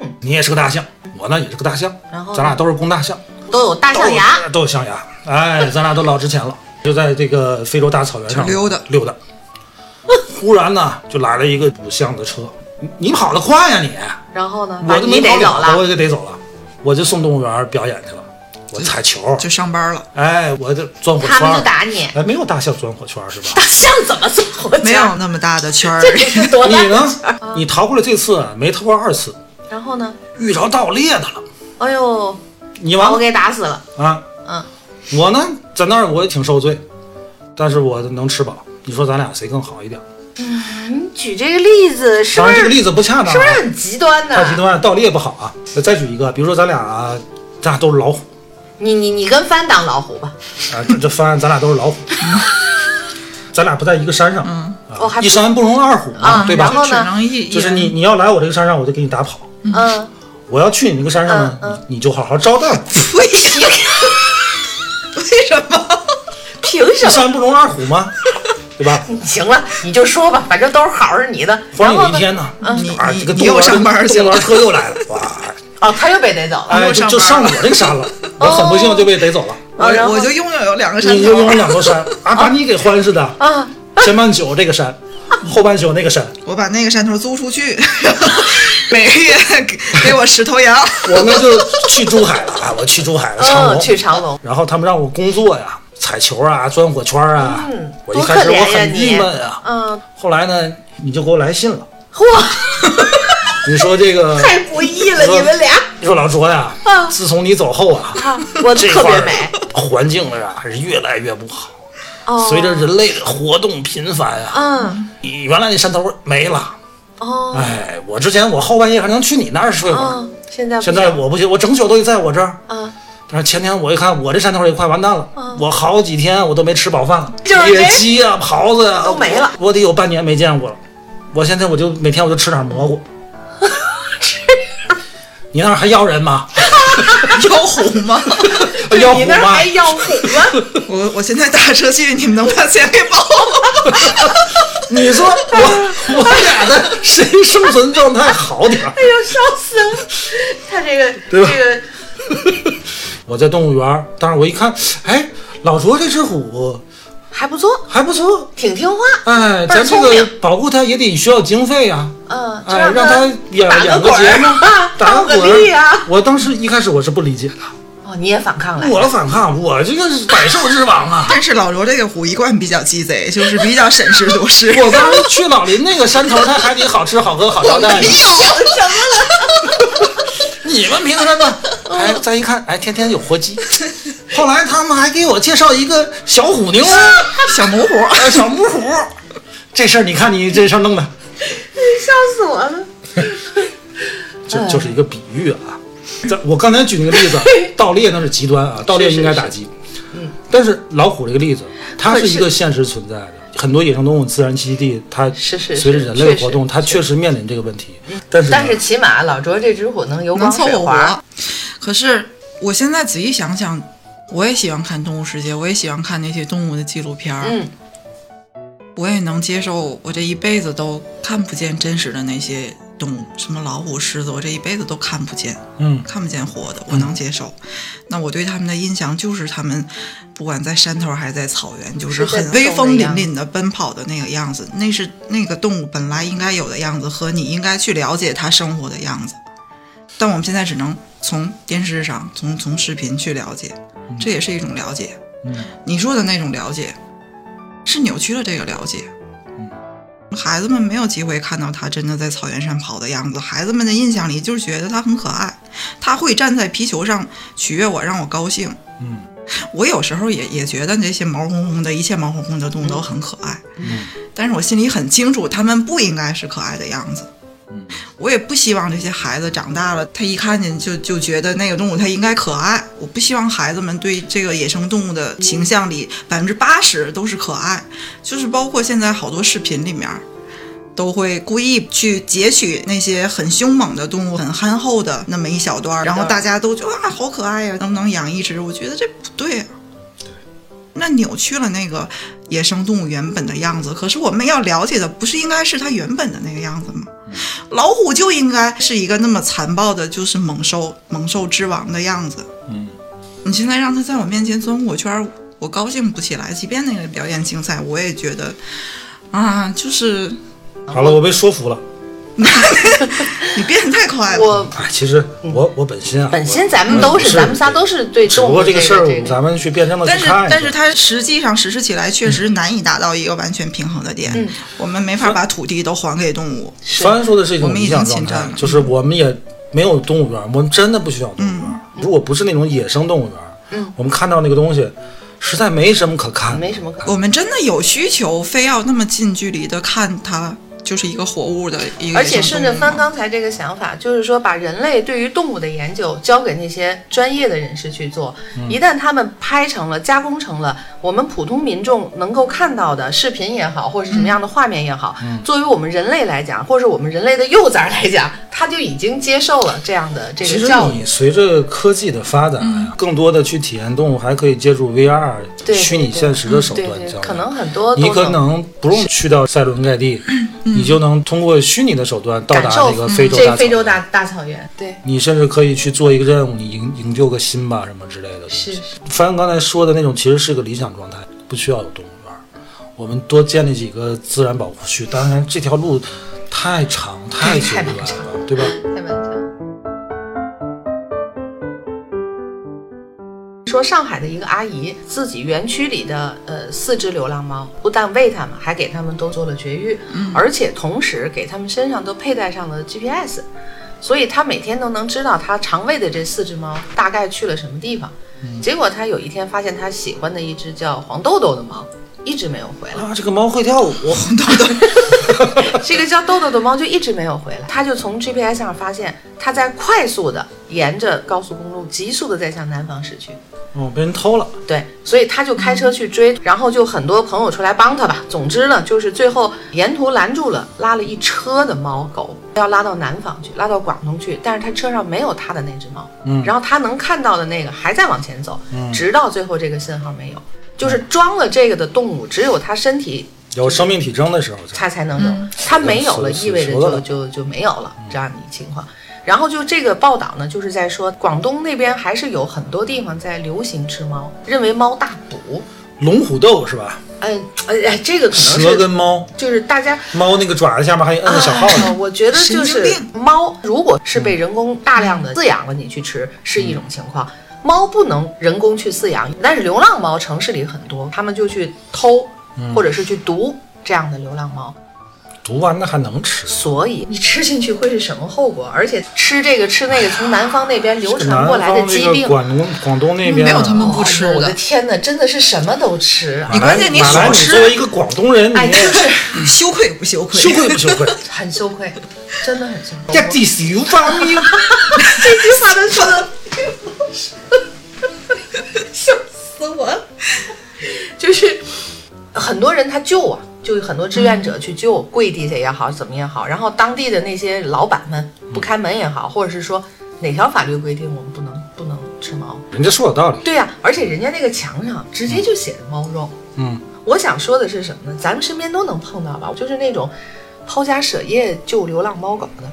S2: 嗯，
S4: 你也是个大象，我呢也是个大象，
S2: 然后呢
S4: 咱俩都是公大象，
S2: 都有大象牙，
S4: 都有象牙，哎，咱俩都老值钱了，就在这个非洲大草原上
S3: 就溜达
S4: 溜达。忽然呢，就来了一个捕象的车，你你跑得快呀、你，
S2: 然后呢，把
S4: 我就
S2: 啊你
S4: 没
S2: 逮
S4: 跑
S2: 走
S4: 了，
S2: 了
S4: 我，就给逮走了，我就送动物园表演去了，我踩球，
S3: 就上班了。
S4: 哎，我就钻火圈儿，
S2: 他们就打你。
S4: 哎，没有大象钻火圈儿是吧？
S2: 大象怎么做火
S3: 没
S2: 箭？
S3: 有那么大的圈儿，
S2: 多大
S4: 你呢？
S2: 啊
S4: 你逃过了这次，没逃过二次，
S2: 然后呢？
S4: 遇着盗猎的了，
S2: 哎呦，
S4: 你
S2: 把
S4: 完
S2: 我
S4: 了
S2: 给打死了。
S4: 啊！
S2: 嗯，
S4: 我呢，在那儿我也挺受罪，但是我能吃饱。你说咱俩谁更好一点？
S2: 你举这个例子是
S4: 当
S2: 不
S4: 然这个
S2: 是
S4: 例子不恰当、
S2: 是不是
S4: 啊，
S2: 很极端呢？
S4: 太极端了，盗猎不好啊。再举一个，比如说咱俩啊，咱俩都是老虎
S2: 你你你跟帆当老虎吧，
S4: 啊，这这翻咱俩都是老虎，咱俩不在一个山上，啊
S2: 哦还不
S4: 一山不容二虎嘛，
S2: 啊
S4: 对
S2: 然
S4: 吧？
S2: 后
S3: 只
S2: 呢
S3: 能一
S4: 就是
S3: 一
S4: 你
S3: 人
S4: 你要来我这个山上，我就给你打跑。
S2: 嗯，
S4: 我要去你那个山上呢，
S2: 嗯嗯
S4: 你你就好好招 待我。
S3: 为什么？为什么？
S2: 凭什
S4: 一
S2: 么？
S4: 山不容二虎吗？对吧？
S2: 行了，你就说吧，反正都是好是你的。
S4: 忽
S2: 然
S4: 然
S2: 后
S4: 有
S2: 呢？
S4: 一
S2: 嗯
S4: 天呢，
S3: 你
S4: 啊，
S3: 你
S4: 这个
S3: 你又上班去
S4: 动物
S3: 了
S4: 园，车又来了， 哇，
S2: 哦，他又被逮走了。哦
S4: 哎，
S3: 又
S4: 就
S3: 上班了
S4: 就上了我这个山 了，我很不幸就被逮走了。
S3: 我
S2: 然后
S3: 我就拥有两个山
S4: 你就
S3: 头
S2: 哦
S4: 用了，两座山啊，把你给欢似的，
S2: 啊，
S4: 前半宿这个山，后半宿 那个山。
S3: 我把那个山头租出去， 每个月给给我十头羊。
S4: 我呢就去珠海了，啊，我去珠海了，
S2: 嗯，
S4: 长隆。
S2: 去长隆。
S4: 然后他们让我工作呀，踩球啊，钻火圈啊。
S2: 嗯
S4: 我一开始
S2: 多可怜呀
S4: 我很
S2: 你
S4: 郁闷啊。
S2: 嗯，
S4: 后来呢，你就给我来信了，
S2: 嚯，
S4: 你说这个
S2: 太不易 了，你们俩
S4: 你说老卓呀、自从你走后啊，
S2: 嗯啊，我
S4: 这
S2: 特
S4: 块
S2: 别
S4: 儿
S2: 美。
S4: 环境啊是越来越不好。
S2: 哦，
S4: 随着人类的活动频繁啊，
S2: 嗯，
S4: 你原来那山头没了。
S2: 哦，
S4: 哎，我之前我后半夜还能去你那儿睡会儿，
S2: 嗯，现在不
S4: 现在
S2: 行
S4: 我不行，我整宿都得在我这儿。
S2: 嗯，
S4: 但是前天我一看，我这山头也快完蛋了，我好几天我都没吃饱饭了，
S2: 就是没
S4: 野鸡啊、狍子呀、
S2: 都没了
S4: 我，我得有半年没见过了。我现在我就每天我就吃点蘑 菇。 你那儿还要人吗？
S3: 妖红吗？
S4: 要
S2: 你
S4: 虎
S2: 那儿
S4: 吗？
S2: 还要虎 吗？
S3: 我我现在打车去，你们能把钱给报我吗？
S4: 你说我 我俩的谁生存状态好点儿？
S2: 哎呦，烧死了！他这个这
S4: 对吧
S2: 个
S4: 我在动物园儿，当时我一看，哎，老卓这只虎
S2: 还不错，
S4: 还不错，
S2: 挺听话。倍儿
S4: 哎，咱这
S2: 聪
S4: 个
S2: 明
S4: 保护它也得需要经费呀、
S2: 嗯，就
S4: 哎，让
S2: 他
S4: 它演
S2: 打
S4: 演
S2: 个滚
S4: 节
S2: 儿
S4: 目
S2: 啊，
S4: 打
S2: 倒
S4: 个
S2: 个
S4: 滚
S2: 立
S4: 儿
S2: 啊。。
S4: 我当时一开始我是不理解的，
S2: 哦，你也反抗了。
S4: 我反抗，我这个是百兽之王啊！
S3: 但是老罗这个虎一贯比较鸡贼，就是比较审时度势。
S4: 我当时去老林那个山头，它还得好吃好喝好招待呢。
S3: 啊
S2: 什么了？
S4: 你们凭什么？ 哎，再一看，哎，天天有活鸡。后来他们还给我介绍一个小虎妞，
S3: 小母虎，
S4: 哎小母虎。这事儿你看你这事儿弄的，
S2: 笑死我了！
S4: 就
S2: 嗯
S4: 就是一个比喻啊。这我刚才举那个 例子，盗猎那是极端啊，盗猎应该打击。嗯，但是老虎这个例子，它是一个现实存在的，很多野生动物自然栖息地，它
S2: 是是是
S4: 随着人类
S2: 确实嗯
S4: 活动，它确实面临这个问题。但是呢
S2: 但是起码老卓这只虎能油
S3: 能
S2: 光
S3: 凑
S2: 水
S3: 合
S2: 滑
S3: 活。。可是我现在仔细想想，我也喜欢看《动物世界》，我也喜欢看那些动物的纪录片儿。
S2: 嗯，
S3: 我也能接受，我这一辈子都看不见真实的那些动物，什么老虎、狮子，我这一辈子都看不见，
S4: 嗯
S3: 看不见活的，我能接受。那我对他们的印象就是他们，不管在山头还是在草原，就是
S2: 是在
S3: 很威风凛
S2: 走的
S3: 凛的奔跑的那个样子，那是那个动物本来应该有的样子，和你应该去了解它生活的样子。但我们现在只能从电视上、从从视频去了解，这也是一种了解。
S4: 嗯
S3: 你说的那种了解，是扭曲了这个了解。孩子们没有机会看到他真的在草原上跑的样子，孩子们的印象里就是觉得他很可爱，他会站在皮球上取悦我，让我高兴。
S4: 嗯
S3: 我有时候也也觉得那些毛烘烘的一切毛烘烘的动物都很可爱，
S4: 嗯
S3: 但是我心里很清楚，他们不应该是可爱的样子。
S4: 嗯
S3: 我也不希望这些孩子长大了，他一看见就就觉得那个动物它应该可爱。我不希望孩子们对这个野生动物的形象里百分之八十都是可爱，就是包括现在好多视频里面。都会故意去截取那些很凶猛的动物、很憨厚的那么一小段儿，然后大家都觉得啊，好可爱呀、能不能养一只？我觉得这不对啊，那扭曲了那个野生动物原本的样子。可是我们要了解的不是应该是它原本的那个样子吗？老虎就应该是一个那么残暴的，就是猛兽猛兽之王的样子。
S4: 嗯
S3: 你现在让它在我面前钻火圈儿，我高兴不起来。即便那个表演竞赛，我也觉得啊，就是
S4: 嗯，好了，我被说服了。
S3: 你 变得太快了。
S2: 我
S4: 哎，其实我我本心啊，
S2: 嗯本
S4: 我
S2: 心咱们都是，
S4: 是
S2: 咱们仨都是对
S4: 只
S2: 动
S4: 不
S2: 物
S4: 过这
S2: 个
S4: 个事儿
S2: 这，个
S4: 咱们去辩证的
S3: 但
S4: 去
S3: 是，
S4: 看一下。
S3: 但是它实际上实施起来确实难以达到一个完全平衡的点。
S2: 嗯
S3: 我们没法把土地都还给动物。
S2: 是
S4: 凡说的是一
S3: 我
S4: 种
S3: 们
S4: 理
S3: 已
S4: 想
S3: 经
S4: 状
S3: 侵
S4: 态
S3: 占，了
S4: 就是我们也没有动物园，我们真的不需要动物园。
S3: 嗯
S4: 如果不是那种野生动物园，
S2: 嗯
S4: 我们看到那个东西，实在没什么可看。
S2: 没什么可
S3: 我们真的有需求，非要那么近距离的看它，就是一个活物的一个
S2: 而
S3: 野
S2: 且
S3: 生
S2: 顺着
S3: 动物吗
S2: 翻刚才这个想法，就是说把人类对于动物的研究交给那些专业的人士去做。
S4: 嗯
S2: 一旦他们拍成了、加工成了我们普通民众能够看到的视频也好，或者是什么样的画面也好，
S4: 嗯
S2: 作为我们人类来讲，或者我们人类的幼崽来讲，他就已经接受了这样的这
S4: 其
S2: 个
S4: 实
S2: 教育。
S4: 你随着科技的发展
S3: 嗯
S4: 呀，更多的去体验动物，还可以借助 VR
S2: 对嗯
S4: 虚拟现实的手段
S2: 对对
S4: 交，流
S2: 可能很多都
S4: 你可能不用去到塞伦盖蒂，
S3: 嗯
S4: 你就能通过虚拟的手段到达
S2: 感受嗯
S4: 那个非洲
S2: 这
S4: 大
S2: 非洲
S4: 草
S2: 大
S4: 原。
S2: 大草原，对，
S4: 你甚至可以去做一个任务，你营营救个心吧，什么之类的东西。
S2: 是是。
S4: 翻刚才说的那种，其实是个理想状态，不需要有动物园儿。我们多建立几个自然保护区，当然这条路太长太久
S2: 太
S4: 远
S2: 漫
S4: 了，对吧？
S2: 太漫长。说上海的一个阿姨，自己园区里的呃四只流浪猫，不但喂它们，还给它们都做了绝育，而且同时给它们身上都佩戴上了 GPS，所以她每天都能知道她常喂的这四只猫大概去了什么地方。
S4: 嗯
S2: 结果她有一天发现她喜欢的一只叫黄豆豆的猫，一直没有回来。
S4: 啊，这个猫会跳舞，
S2: 这个叫豆豆的猫就一直没有回来，它就从 GPS 上发现，它在快速的沿着高速公路急速的在向南方驶去。
S4: 哦，被人偷了。
S2: 对，所以他就开车去
S4: 嗯
S2: 追，然后就很多朋友出来帮他吧。总之呢，就是最后沿途拦住了，拉了一车的猫狗，要拉到南方去，拉到广东去。但是他车上没有他的那只猫，
S4: 嗯
S2: 然后他能看到的那个还在往前走，
S4: 嗯
S2: 直到最后这个信号没有，就是装了这个的动物，只有它身体
S4: 有生命体征的时候才，
S2: 它才能有。
S3: 嗯
S2: 它没有了，
S4: 是
S2: 意味着
S4: 是的
S2: 就就就没有了这样的情况。然后就这个报道呢，就是在说广东那边还是有很多地方在流行吃猫，认为猫大补。
S4: 龙虎斗是吧？
S2: 嗯，哎哎，这个可
S4: 蛇
S2: 能
S4: 跟
S2: 是
S4: 猫，
S2: 就是大家
S4: 猫那个爪子下面还摁个小号
S2: 啊
S4: 呢。
S2: 我觉得就
S3: 神
S2: 是
S3: 经
S2: 猫，如果是被人工大量的饲养了，你去吃是一种情况。猫不能人工去饲养，但是流浪猫城市里很多，他们就去偷
S4: 嗯
S2: 或者是去毒这样的流浪猫。
S4: 毒完那还能吃？
S2: 所以你吃进去会是什么后果？而且吃这个吃那个，从南方那边流
S4: 这
S2: 传嗯过来的疾
S4: 个
S2: 病，
S4: 广东广东那边
S3: 没
S4: 啊
S3: 有他们不吃
S2: 哎呦我
S3: 的
S2: 的天哪，真的是什么都吃，
S4: 马来
S3: 关键你
S4: 马来
S3: 少
S4: 你
S3: 吃
S4: 作为一个广东人，你
S2: 哎，
S4: 也
S2: 真是
S3: 嗯羞愧不羞愧？
S4: 羞愧不羞 愧？
S2: 很羞愧，真的很羞
S4: 一
S2: 愧。
S4: 啲小方面，
S2: 这句话都说的， 笑死我了。就是很多人他救啊，就有很多志愿者去救，跪地下也好，怎么也好，然后当地的那些老板们不开门也好，或者是说哪条法律规定我们不能不能吃猫。
S4: 人家说有道理。
S2: 对呀、而且人家那个墙上直接就写着猫肉。
S4: 嗯，
S2: 我想说的是什么呢？咱们身边都能碰到吧，就是那种抛家舍业救流浪猫狗的。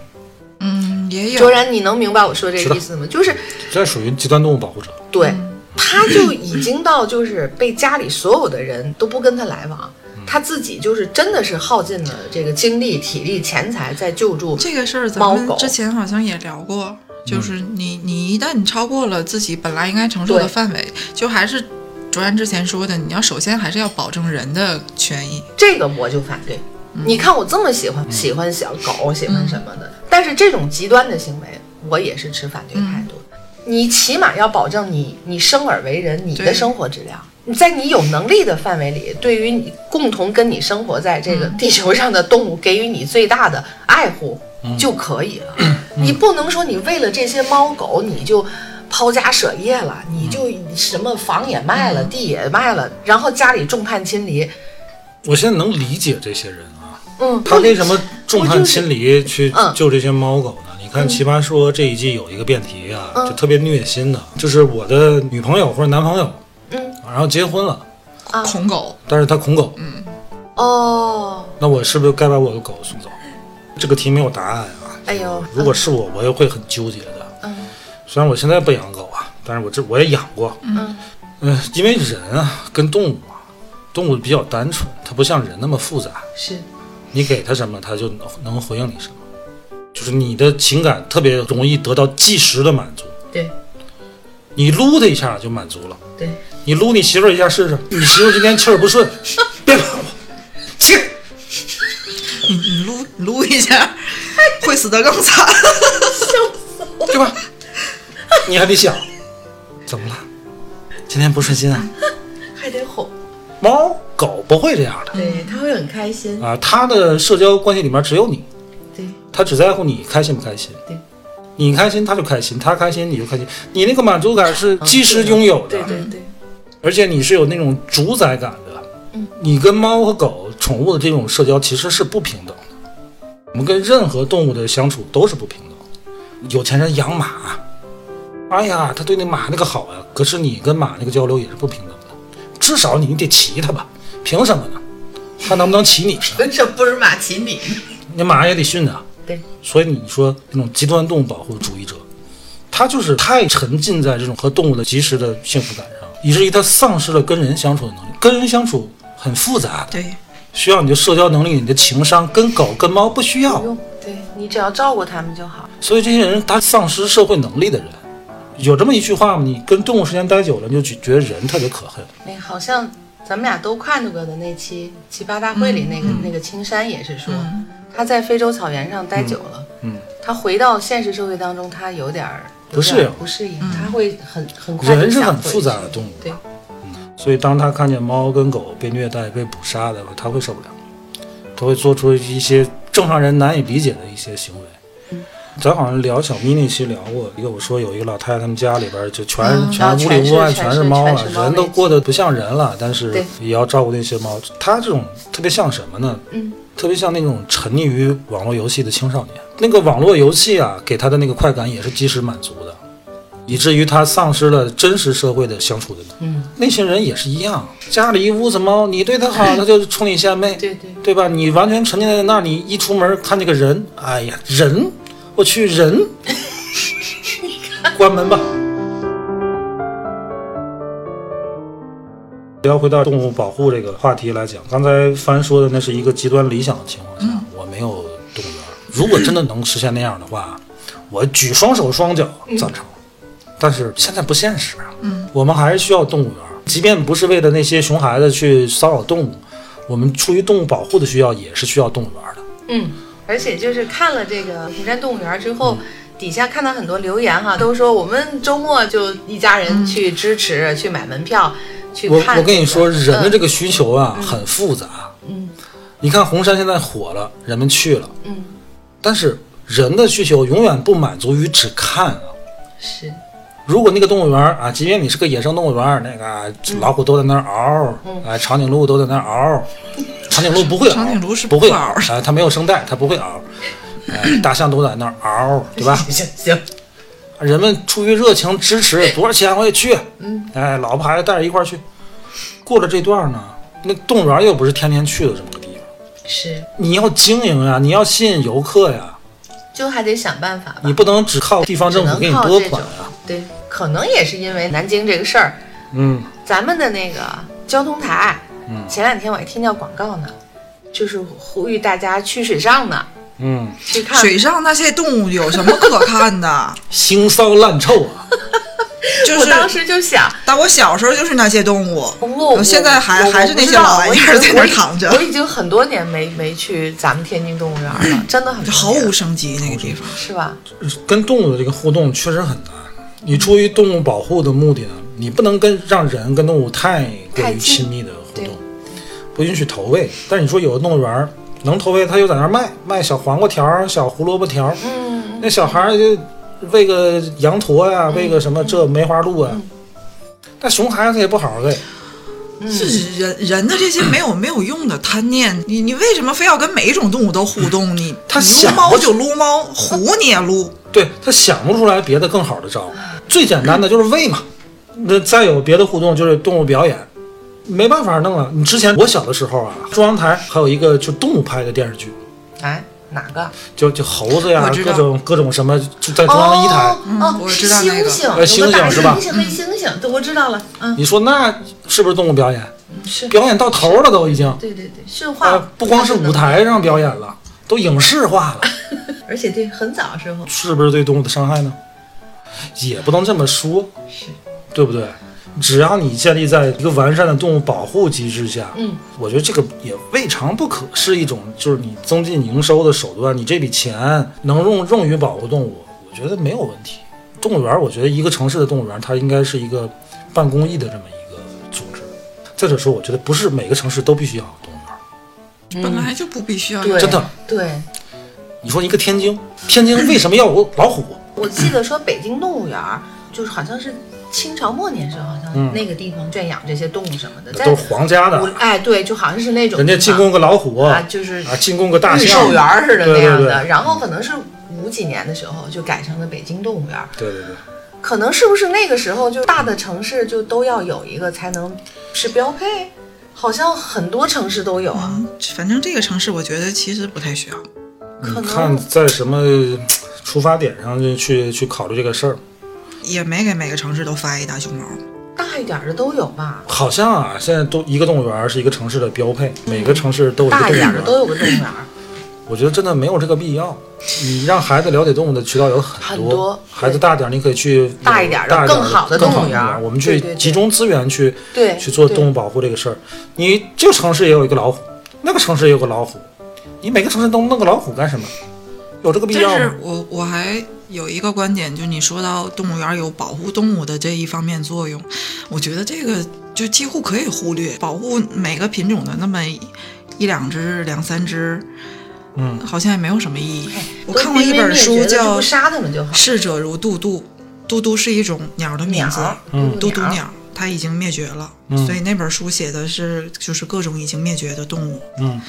S3: 嗯也有
S2: 卓然，你能明白我说这个意思吗？就是
S4: 这属于极端动物保护者。
S2: 对，他就已经到就是被家里所有的人都不跟他来往，
S3: 嗯
S2: 他自己就是真的是耗尽了这个精力、体力、钱财在救助
S3: 这个事儿，咱
S2: 猫
S3: 们
S2: 狗嗯
S3: 之前好像也聊过，就是你你一旦你超过了自己本来应该承受的
S2: 对
S3: 范围，就还是卓然之前说的，你要首先还是要保证人的权益。
S2: 这个我就反对。你看我这么喜欢喜欢小狗，喜欢什么的，但是这种极端的行为，我也是持反对态度的。你起码要保证你你生而为人，你
S3: 对
S2: 的生活质量，你在你有能力的范围里，对于你共同跟你生活在这个地球上的动物，给予你最大的爱护就可以了。你不能说你为了这些猫狗，你就。抛家舍业了，你就什么房也卖了，地也卖了，然后家里众叛亲离，
S4: 我现在能理解这些人啊，
S2: 嗯，
S4: 他
S2: 不
S4: 为什么众叛亲离去
S2: 嗯
S4: 救这些猫狗呢？你看《奇葩说》这一季有一个辩题啊，
S2: 嗯
S4: 就特别虐心的，就是我的女朋友或者男朋友，
S2: 嗯，
S4: 然后结婚了，
S2: 啊
S3: 恐狗，
S4: 但是他恐狗，
S2: 嗯哦，
S4: 那我是不是该把我的狗送走？这个题没有答案啊。
S2: 哎呦，
S4: 如果是我，我也会很纠结的。
S2: 嗯
S4: 虽然我现在不养狗啊，但是我这我也养过。
S2: 嗯
S4: 嗯、因为人啊跟动物啊，动物比较单纯，它不像人那么复杂。
S2: 是
S4: 你给它什么，它就能能回应你什么。就是你的情感特别容易得到即时的满足，
S2: 对
S4: 你撸它一下就满足了。
S2: 对，
S4: 你撸你媳妇儿一下试试，你媳妇儿今天气儿不顺，别管我，
S2: 切，
S3: 你你撸你撸一下，会死得更惨。
S4: 对吧？你还得想，怎么了？今天不顺心啊？
S2: 还得哄，
S4: 猫狗不会这样的
S2: 对，他会很开心，
S4: 啊，它的社交关系里面只有你，
S2: 对
S4: 它只在乎你开心不开心。
S2: 对，
S4: 你开心它就开心，它开心你就开心，你那个满足感是即时拥有的，
S2: 对对对，
S4: 而且你是有那种主宰感的。
S2: 嗯，
S4: 你跟猫和狗宠物的这种社交其实是不平等的，我们跟任何动物的相处都是不平等的。有钱人养马，哎呀，他对那马那个好呀、可是你跟马那个交流也是不平等的，至少你得骑它吧，凭什么呢？它能不能骑你呢？
S3: 为什么不是马骑你？
S4: 那马也得训着。
S2: 对，
S4: 所以你说那种极端动物保护主义者，他就是太沉浸在这种和动物的及时的幸福感上，以至于他丧失了跟人相处的能力。跟人相处很复杂的，
S3: 对，
S4: 需要你的社交能力、你的情商，跟狗跟猫不需要
S2: 不。用，对你只要照顾他们就好，
S4: 所以这些人他丧失社会能力的人，有这么一句话吗？你跟动物时间待久了，你就觉觉得人特别可恨。
S2: 那好像。咱们俩都看过的那期奇葩大会
S4: 嗯
S2: 里，那个、那个青山也是说，他在非洲草原上待久了，
S4: 嗯嗯
S2: 他回到现实社会当中，他有点儿
S4: 不适应
S2: 有点儿不适应，他会很很快就
S4: 人
S2: 是想
S4: 很
S2: 回
S4: 复杂
S2: 去
S4: 的动物，
S2: 对，
S4: 所以当他看见猫跟狗被虐待、被捕杀的，他会受不了，他会做出一些正常人难以理解的一些行为。咱好像聊小咪那期聊过一个，我说有一个老太太，他们家里边就全、
S3: 嗯
S4: 全屋里屋外全猫
S2: 全
S4: 了
S2: 是，猫
S4: 人都过得不像人了，但是
S2: 对
S4: 也要照顾那些猫。他这种特别像什么呢？
S2: 嗯，
S4: 特别像那种沉溺于网络游戏的青少年。那个网络游戏啊，给他的那个快感也是及时满足的，以至于他丧失了真实社会的相处的能力。
S2: 嗯，
S4: 那些人也是一样，家里一屋子猫，你对 它好，它就冲你献媚，
S2: 对对
S4: 对吧？你完全沉浸在那里，一出门看见个人，哎呀，人，我 去人，关门吧。要回到动物保护这个话题来讲，刚才帆说的那是一个极端理想的情况
S2: 嗯
S4: 下，我没有动物园。如果真的能实现那样的话，我举双手双脚
S2: 嗯
S4: 赞成。但是现在不现实啊，
S3: 嗯，
S4: 我们还是需要动物园，即便不是为了那些熊孩子去骚扰动物，我们出于动物保护的需要，也是需要动物园的。
S2: 嗯，而且就是看了这个平山动物园之后，
S4: 嗯
S2: 底下看到很多留言哈，都说我们周末就一家人去支持、去买门票去
S4: 嗯我
S2: 看。
S4: 我跟你说，人的这
S2: 个，呃
S4: 个需求啊、很复杂。
S2: 嗯
S4: 你看红山现在火了，人们去了，
S2: 嗯，
S4: 但是人的需求永远不满足于只看啊。
S2: 是，
S4: 如果那个动物园啊，即便你是个野生动物园，那个老虎都在那儿嗷，啊，长颈鹿都在那儿嗷，长颈鹿不会嗷，
S3: 长颈鹿是
S4: 不会
S3: 不
S4: 嗷
S3: 嗷
S4: 啊，它没有声带，它不会嗷，呃大象都在那儿嗷，对吧？
S2: 行行，
S4: 人们出于热情支持，多少钱我也去，嗯，哎，老婆孩子带着一块儿去。过了这段儿呢，那动物园又不是天天去的这么个地方，
S2: 是
S4: 你要经营呀，你要吸引游客呀，
S2: 就还得想办法吧。
S4: 你不能只靠地方
S2: 只
S4: 政府
S2: 能
S4: 给你
S2: 靠
S4: 拨
S2: 这种
S4: 款啊。
S2: 对，可能也是因为南京这个事儿，
S4: 嗯，
S2: 咱们的那个交通台，
S4: 嗯
S2: 前两天我还听到广告呢，就是呼吁大家去水上呢，
S4: 嗯，
S2: 去看
S3: 水上那些动物有什么可看的？
S4: 腥骚烂臭啊！
S3: 就
S2: 我
S3: 是，
S2: 当时就想，
S3: 但我小时候就是那些动物，
S2: 我我
S3: 现在还
S2: 我
S3: 还是那些老玩意
S2: 我
S3: 儿
S2: 不知道
S3: 在那儿躺着
S2: 我已经我已经很多年没没去咱们天津动物园了，真的很多
S3: 就毫
S2: 年
S3: 无
S2: 了
S3: 生机那个地方。
S2: 是吧？
S4: 跟动物的这个互动确实很难。你出于动物保护的目的呢，你不能跟让人跟动物太过
S2: 太
S4: 于
S2: 近
S4: 亲密的互
S2: 对
S4: 动，不允许投喂。但你说有的动物园儿能投喂，它又在那儿卖卖小黄瓜条儿、小胡萝卜条儿，
S2: 嗯，
S4: 那小孩儿就喂个羊驼呀、喂个什么这梅花鹿啊。
S2: 嗯
S4: 但熊孩子他也不好好喂，
S2: 嗯
S3: 是人人的这些没有没有用的贪念，你你为什么非要跟每一种动物都互 动？你
S4: 他
S3: 你撸
S4: 想
S3: 猫就撸猫，虎你也撸，
S4: 对他想不出来别的更好的招儿。最简单的就是喂嘛，那再有别的互动就是动物表演，没办法弄了。你之前我小的时候啊，中央台还有一个就动物拍的电视剧，
S2: 哎，哪个？
S4: 就就猴子呀
S3: 我，知道
S4: 各种各种什么，就在中央一台。
S3: 嗯
S2: 哦，
S3: 我
S2: 是
S3: 知道那个
S2: 猩猩，
S4: 呃
S2: 有个大
S4: 猩猩是吧
S2: 猩猩黑猩猩，对，我知道了，嗯，
S4: 你说那是不是动物表演？
S2: 是，
S4: 表演到头了都已经，
S2: 对对对，驯化
S4: 呃，不光是舞，台上表演了，都影视化了，
S2: 而且对，很早时候
S4: 是不是对动物的伤害呢？也不能这么说，
S2: 是，
S4: 对不对？只要你建立在一个完善的动物保护机制下，
S2: 嗯，
S4: 我觉得这个也未尝不可，是一种就是你增进营收的手段。你这笔钱能用用于保护动物，我觉得没有问题。动物园儿，我觉得一个城市的动物园儿，它应该是一个办公益的这么一个组织。再者说，我觉得不是每个城市都必须要有动物园儿，
S3: 本来就不必须要
S2: 嗯对
S4: 真的。
S2: 对。
S4: 你说一个天津，天津为什么要有老虎？
S2: 我记得说北京动物园儿，就是好像是清朝末年时候，好像
S4: 嗯
S2: 那个地方圈养这些动物什么的，在
S4: 都是皇家
S2: 武
S4: 的，
S2: 哎对，就好像是那种
S4: 人家进
S2: 地
S4: 贡个老虎
S2: 方啊，就是
S4: 啊，进贡个大
S2: 御
S4: 象，
S2: 兽园儿似的那样的。
S4: 对对对
S2: 然后可能是五几年的时候就改成了北京动物园儿，
S4: 对对对，
S2: 可能是不是那个时候就大的城市就都要有一个才能是标配？好像很多城市都有啊，
S3: 嗯，反正这个城市我觉得其实不太需要。
S2: 可
S4: 你
S2: 能
S4: 看在什么出发点上就去去考虑这个事儿。
S3: 也没给每个城市都发一大熊猫。
S2: 大一点儿的都有吧，
S4: 好像啊，现在都一个动物园儿是一个城市的标配，每个城市都有一个
S2: 大
S4: 动
S2: 一
S4: 物
S2: 点
S4: 园
S2: 儿的都
S4: 儿。
S2: 有个动物园儿。
S4: 我觉得真的没有这个必要。你让孩子了解动物的渠道有很
S2: 很多
S4: 孩子大点儿，你可以去
S2: 大一点儿的
S4: 大一点
S2: 更好的
S4: 的
S2: 动物园儿
S4: 物园儿，我们
S2: 对
S4: 去
S2: 对对
S4: 集中资源去
S2: 对，
S4: 去做
S2: 对
S4: 动物保护这个事儿。你这个城市也有一个老虎，那个城市也有个老虎，你每个城市都弄个老虎干什么？有这个必
S3: 但
S4: 要
S3: 是
S4: 吗？
S3: 我我还有一个观点，就是你说到动物园有保护动物的这一方面作用，我觉得这个就几乎可以忽略，保护每个品种的那么一一两只、两三只，
S4: 嗯，
S3: 好像也没有什么意义。我
S2: 都
S3: 看过一
S2: 濒
S3: 本
S2: 临灭
S3: 书
S2: 绝的就
S3: 叫
S2: 不
S3: 《
S2: 杀他们就好。
S3: 逝者如渡渡》，渡渡是一种鸟的名字，
S2: 儿，
S4: 嗯
S3: 渡渡鸟，它已经灭绝了，
S4: 嗯
S3: 所以那本书写的是就是各种已经灭绝的动物。
S4: 嗯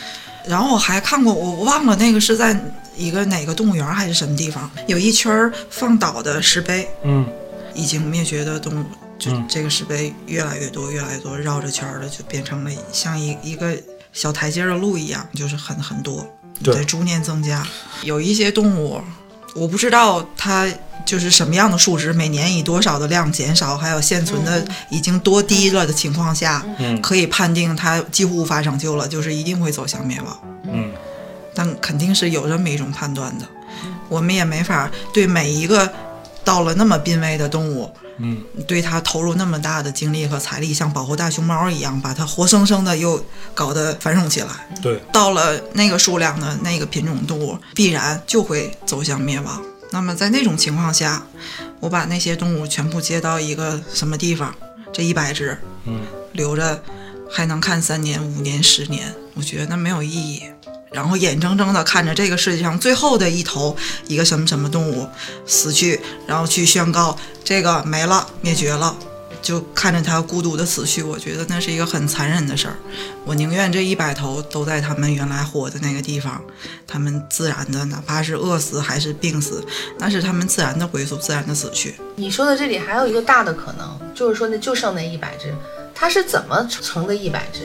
S3: 然后我还看过，我忘了那个是在一个哪个动物园还是什么地方，有一圈儿放倒的石碑，
S4: 嗯
S3: 已经灭绝的动物，就
S4: 嗯
S3: 这个石碑越来越多，越来越多，绕着圈儿的就变成了像一一个小台阶儿的路一样，就是很很多，
S4: 对
S3: 在逐年增加。有一些动物，我不知道它就是什么样的数值，每年以多少的量减少，还有现存的已经多低了的情况下，
S4: 嗯
S3: 可以判定它几乎无法拯救了，就是一定会走向灭亡。
S4: 嗯，
S3: 但肯定是有这么一种判断的。我们也没法对每一个到了那么濒危的动物，
S4: 嗯，
S3: 对它投入那么大的精力和财力，像保护大熊猫一样，把它活生生的又搞得繁荣起来。
S4: 对，
S3: 到了那个数量的那个品种动物，必然就会走向灭亡。那么在那种情况下，我把那些动物全部接到一个什么地方，这一百只
S4: 嗯
S3: 留着，还能看三年、五年、十年，我觉得那没有意义。然后眼睁睁地看着这个世界上最后的一头一个什么什么动物死去，然后去宣告这个没了、灭绝了，就看着它孤独的死去，我觉得那是一个很残忍的事儿。我宁愿这一百头都在他们原来活的那个地方，他们自然的，哪怕是饿死还是病死，那是他们自然的归宿，自然的死去。
S2: 你说的这里还有一个大的可能，就是说那就剩那一百只，它是怎么成的一百只？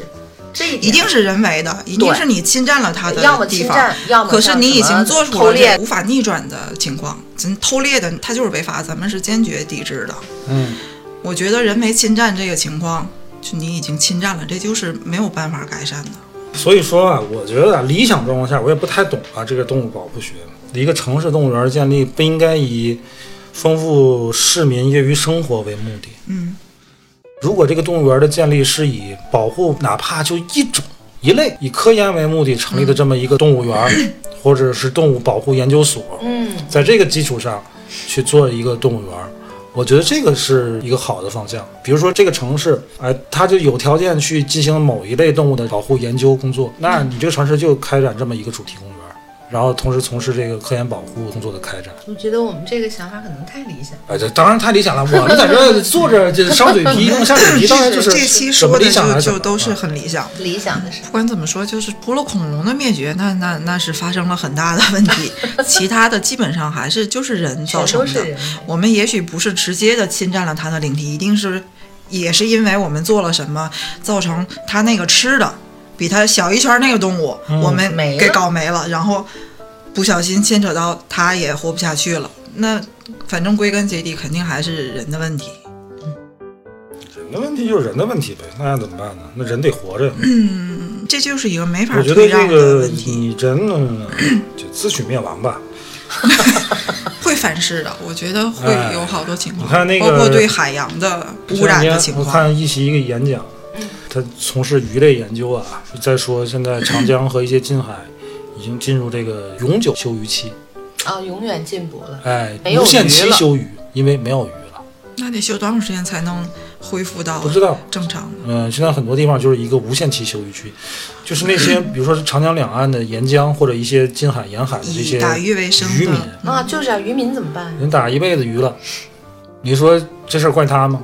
S2: 这一点
S3: 一定是人为的，一定
S2: 对
S3: 是你侵占了它的
S2: 要么
S3: 地
S2: 侵
S3: 方。
S2: 占，要么
S3: 可是
S2: 像
S3: 你
S2: 什
S3: 已
S2: 么
S3: 经做出
S2: 偷
S3: 了
S2: 猎
S3: 这无法逆转的情况，真偷猎的它就是违法，咱们是坚决抵制的。
S4: 嗯，
S3: 我觉得人为侵占这个情况，就你已经侵占了，这就是没有办法改善的。
S4: 所以说啊，我觉得啊理想状况下，我也不太懂啊这个动物保护学。一个城市动物园建立不应该以丰富市民业余生活为目的。
S3: 嗯，
S4: 如果这个动物园的建立是以保护哪怕就一种一类，以科研为目的成立的这么一个动物园， 或者是动物保护研究所，
S2: 嗯，
S4: 在这个基础上去做一个动物园儿，我觉得这个是一个好的方向。比如说这个城市，哎，它就有条件去进行某一类动物的保护研究工作，那你这个城市就开展这么一个主题公园儿，然后同时从事这个科研保护工作的开展。
S2: 我觉得我们这个想法可能太理想。
S4: 哎，这当然太理想了，我们在这儿坐着这烧嘴皮，弄下嘴皮，当然就是
S3: 这期
S4: 什
S3: 说
S4: 么
S3: 的
S4: 理想
S3: 就
S4: 还是什
S3: 就
S4: 么
S3: 都是
S4: 啊
S3: 很理想。
S2: 理想的是，
S3: 不管怎么说，就是除了恐龙的灭绝，那那那是发生了很大的问 题，其他的基本上还是就是人造
S2: 全
S3: 成
S2: 都
S3: 的。
S2: 是人为。
S3: 我们也许不是直接的侵占了它的领地，一定是也是因为我们做了什么，造成它那个吃的比它小一圈那个动物，
S4: 嗯
S3: 我们
S2: 没了
S3: 给搞没了，然后不小心牵扯到它也活不下去了。那反正归根结底，肯定还是人的问题。
S4: 人的问题就是人的问题呗，那怎么办呢？那人得活着呀。
S3: 嗯这就是一个没法
S4: 我觉
S3: 退
S4: 得这
S3: 让的
S4: 个
S3: 问题，
S4: 你人呢，就自取灭亡吧。
S3: 会反噬的。我觉得会
S4: 哎
S3: 有好多情况，
S4: 你看那个
S3: 包括对海洋的污
S4: 前两
S3: 染
S4: 天
S3: 的情
S4: 我
S3: 况。
S4: 看一席一个演讲，
S2: 嗯
S4: 他从事鱼类研究啊，在说现在长江和一些近海已经进入这个永久休渔期，
S2: 啊，永远进步了。
S4: 哎，
S2: 没有
S4: 无限
S2: 鱼
S4: 期
S2: 了
S4: 休渔，因为没有鱼了。
S3: 那得修多长时间才能恢复到
S4: 不知道，
S3: 正常呢？
S4: 嗯、现在很多地方就是一个无限期休渔区，就是那 些比如说是长江两岸的沿江或者一些近海沿海的这
S3: 以
S4: 些
S3: 打鱼为生
S4: 渔民，
S3: 的
S2: 啊，就是啊，渔民怎么办？
S4: 人打一辈子鱼了，你说这事儿怪他吗？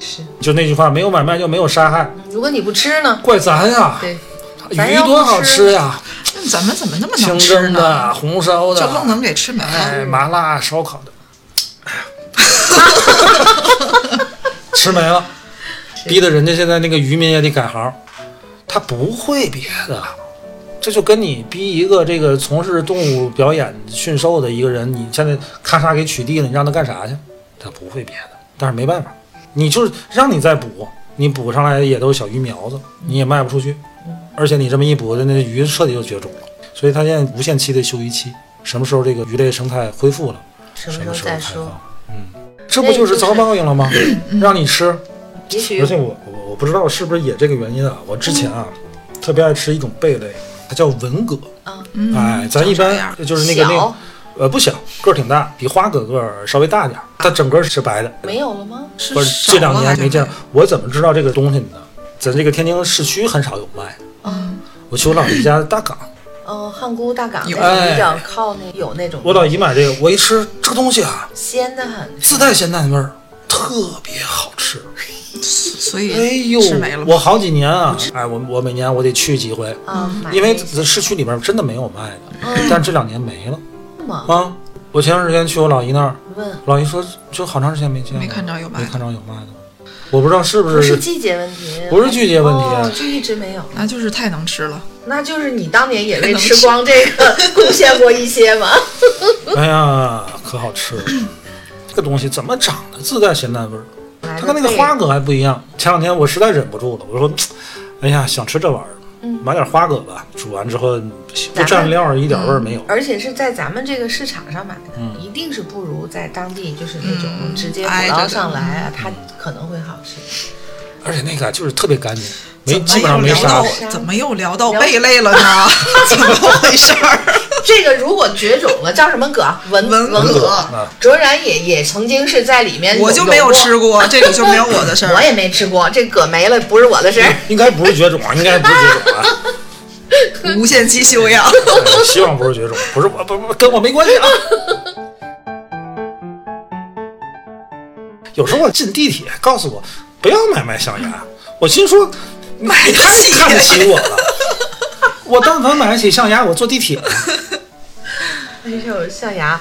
S2: 是，
S4: 就那句话，没有买卖就没有杀害，
S2: 如果你不吃呢？
S4: 怪咱呀、
S2: 对，咱
S4: 鱼
S2: 要不
S4: 多好
S2: 吃
S4: 吃呀、
S3: 那咱们怎么那么
S4: 清
S3: 能吃
S4: 蒸
S3: 呢
S4: 的、？红烧
S3: 就愣
S4: 的，
S3: 能给吃没了。
S4: 哎，麻辣烧烤的，哎呀 吃没了，逼得人家现在那个渔民也得改行，他不会别的，这就跟你逼一个这个从事动物表演驯兽的一个人，你现在咔嚓给取缔了，你让他干啥去？他不会别的，但是没办法，你就是让你再补，你补上来也都是小鱼苗子，你也卖不出去，而且你这么一补，那鱼彻底就绝种了。所以它现在无限期的休渔期，什么时候这个鱼类生态恢复了，
S2: 什
S4: 什
S2: 么
S4: 么
S2: 时
S4: 时
S2: 候
S4: 候
S2: 再
S4: 开
S2: 说
S4: 放？？嗯，这不就是遭报应了吗？让你吃，
S2: 也许
S4: 而且我我我不知道是不是也这个原因啊。我之前啊，特别爱吃一种贝类，它叫文蛤。
S2: 啊，
S3: 嗯
S4: 哎，咱一
S3: 长啥
S4: 般
S3: 样
S4: 就是那个那个
S2: 小，
S4: 呃，不小，个儿挺大，比花蛤个儿稍微大点儿。它整个是白的，
S2: 没有了吗？
S3: 是
S4: 不是这两年没见
S3: 少了还是。
S4: 我怎么知道这个东西呢？咱这个天津市区很少有卖。
S2: 嗯
S4: 我去我老姨家大港，
S2: 嗯，汉沽大港那
S3: 有
S2: 种
S4: 哎
S2: 比较靠那有那种
S4: 我老姨买这个，我一吃这东西啊，
S2: 鲜的很，
S4: 自带咸淡味儿，特别好吃。
S3: 所以
S4: 哎呦
S3: 吃没了，吗。
S4: 我好几年啊，哎，我我每年我得去几回，
S2: 啊，买
S4: 嗯因为
S2: 那
S4: 这市区里边真的没有卖的，
S3: 哦
S4: 但这两年没了
S2: 个嘛，
S4: 啊。我前段时间去我老姨那儿，
S2: 问
S4: 老姨说就好长时间没见了，
S3: 没看着有卖
S4: 没
S3: 的
S4: 看着有卖的，我不知道是不
S2: 不是
S4: 是
S2: 季节问题，
S4: 不是季节问题啊
S2: 哦就一直没有。
S3: 那就是太能吃了。
S2: 那就是你当年也为吃光这个贡献过一些吗？
S4: 哎呀，可好 吃了！这个东西怎么长得自带咸淡味儿？它跟那个花蛤还不一样。前两天我实在忍不住了，我说：“哎呀，想吃这玩意儿，买点花蛤吧。”煮完之后不行不
S2: 咱
S4: 蘸
S2: 们
S4: 料，一点味儿没有。
S2: 而且是在咱们这个市场上买的，一定是不如在当地就是那种
S3: 嗯
S2: 直接捕
S3: 挨着
S2: 捞
S3: 的
S2: 上来啊，它可能会好吃。
S4: 而且那个啊就是特别干净，没
S3: 怎么
S4: 基本
S3: 又
S4: 上没
S3: 聊
S4: 沙
S3: 到
S4: 子。
S3: 怎么又聊到贝类了呢？ 怎么回事儿？
S2: 这个如果绝种了，叫什么 蛤？文
S3: 文
S2: 文
S3: 蛤
S4: 啊
S2: 卓然也也曾经是在里面，
S3: 我就没哎有吃
S2: 过，
S3: 过，这里就没有我的事
S2: 我
S3: 儿。
S2: 也没吃过，这蛤没了不是我的事儿。
S4: 应该不是绝种，应该不是绝种啊！
S3: 无限期休 养。
S4: 哎希望不是绝种，不是我，不不跟我没关系啊。有时候我进地铁，告诉我不要买麦香鸭，我心说你太看不起我了。我但凡买得起象牙，我坐地铁。
S3: 嗯
S2: 那是有哎象牙，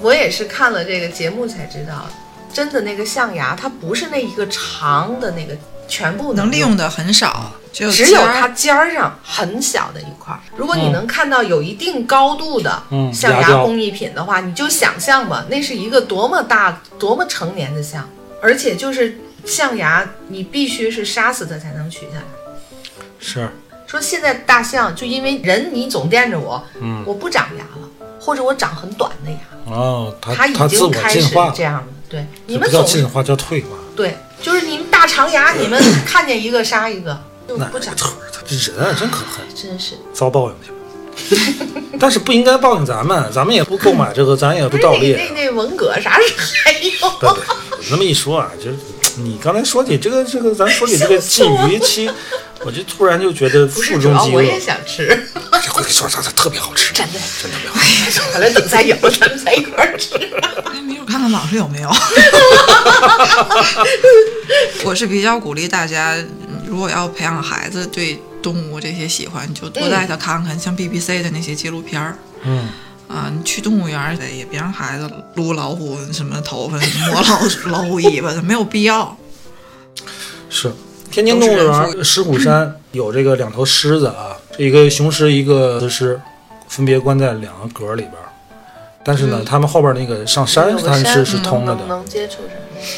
S2: 我也是看了这个节目才知道，真的那个象牙它不是那一个长的那个全部
S3: 能利
S2: 用。
S3: 用的很少，只有
S2: 只
S3: 尖
S2: 有
S3: 儿
S2: 它尖儿上很小的一块儿。如果你
S4: 嗯
S2: 能看到有一定高度的
S4: 嗯
S2: 象
S4: 牙
S2: 牙
S4: 胶
S2: 工艺品的话，你就想象吧，那是一个多么大、多么成年的象，而且就是象牙，你必须是杀死它才能取下来。
S4: 是，
S2: 说现在大象就因为人你总惦着我，
S4: 嗯，
S2: 我不长牙了，或者我长很短的牙，
S4: 哦，它
S2: 它
S4: 它
S2: 已
S4: 自
S2: 经
S4: 我
S2: 开
S4: 进
S2: 始
S4: 化了
S2: 这，样了。对，你
S4: 这
S2: 们
S4: 不叫
S2: 总
S4: 进化，叫退化。
S2: 对，就是你们大长牙，你们看见一个杀一个，就
S4: 那
S2: 不长，
S4: 这人啊，真可恨，
S2: 真是
S4: 遭报应去了。 但是不应该报应咱们，咱们也不购买这个，咱也不
S2: 不是
S4: 盗
S2: 那
S4: 猎。
S2: 那那文革啥时候还有？
S4: 对对，有那么一说啊，就是你刚才说起这个这个，咱说 起这个鲫鱼期，我就突然就觉 得
S2: 不是，
S4: 腹
S2: 主
S4: 中哎
S2: 要
S4: 饥
S2: 我
S4: 饿。
S2: 也想吃，
S4: 这回说啥，它特别好吃，真的真特别好吃。
S2: 完了等再有，咱们在一块儿吃。
S3: 哎，没有看看网上有没有。 我是比较鼓励大家，嗯如果要培养孩子对动物这些喜欢，就多带他看看像 BBC 的那些纪录片儿。
S4: 嗯，
S3: 啊，你去动物园儿得也别让孩子撸老虎什么头发、摸老鼠老虎尾巴的，没有必要。
S4: 是。天津动物
S3: 都是
S4: 园狮虎山 有这个两头狮子啊，这一个雄狮，一个雌狮，分别关在两个格里边儿。但是呢，他们后边那嗯个上山，嗯它是是通着的。
S2: 能接触什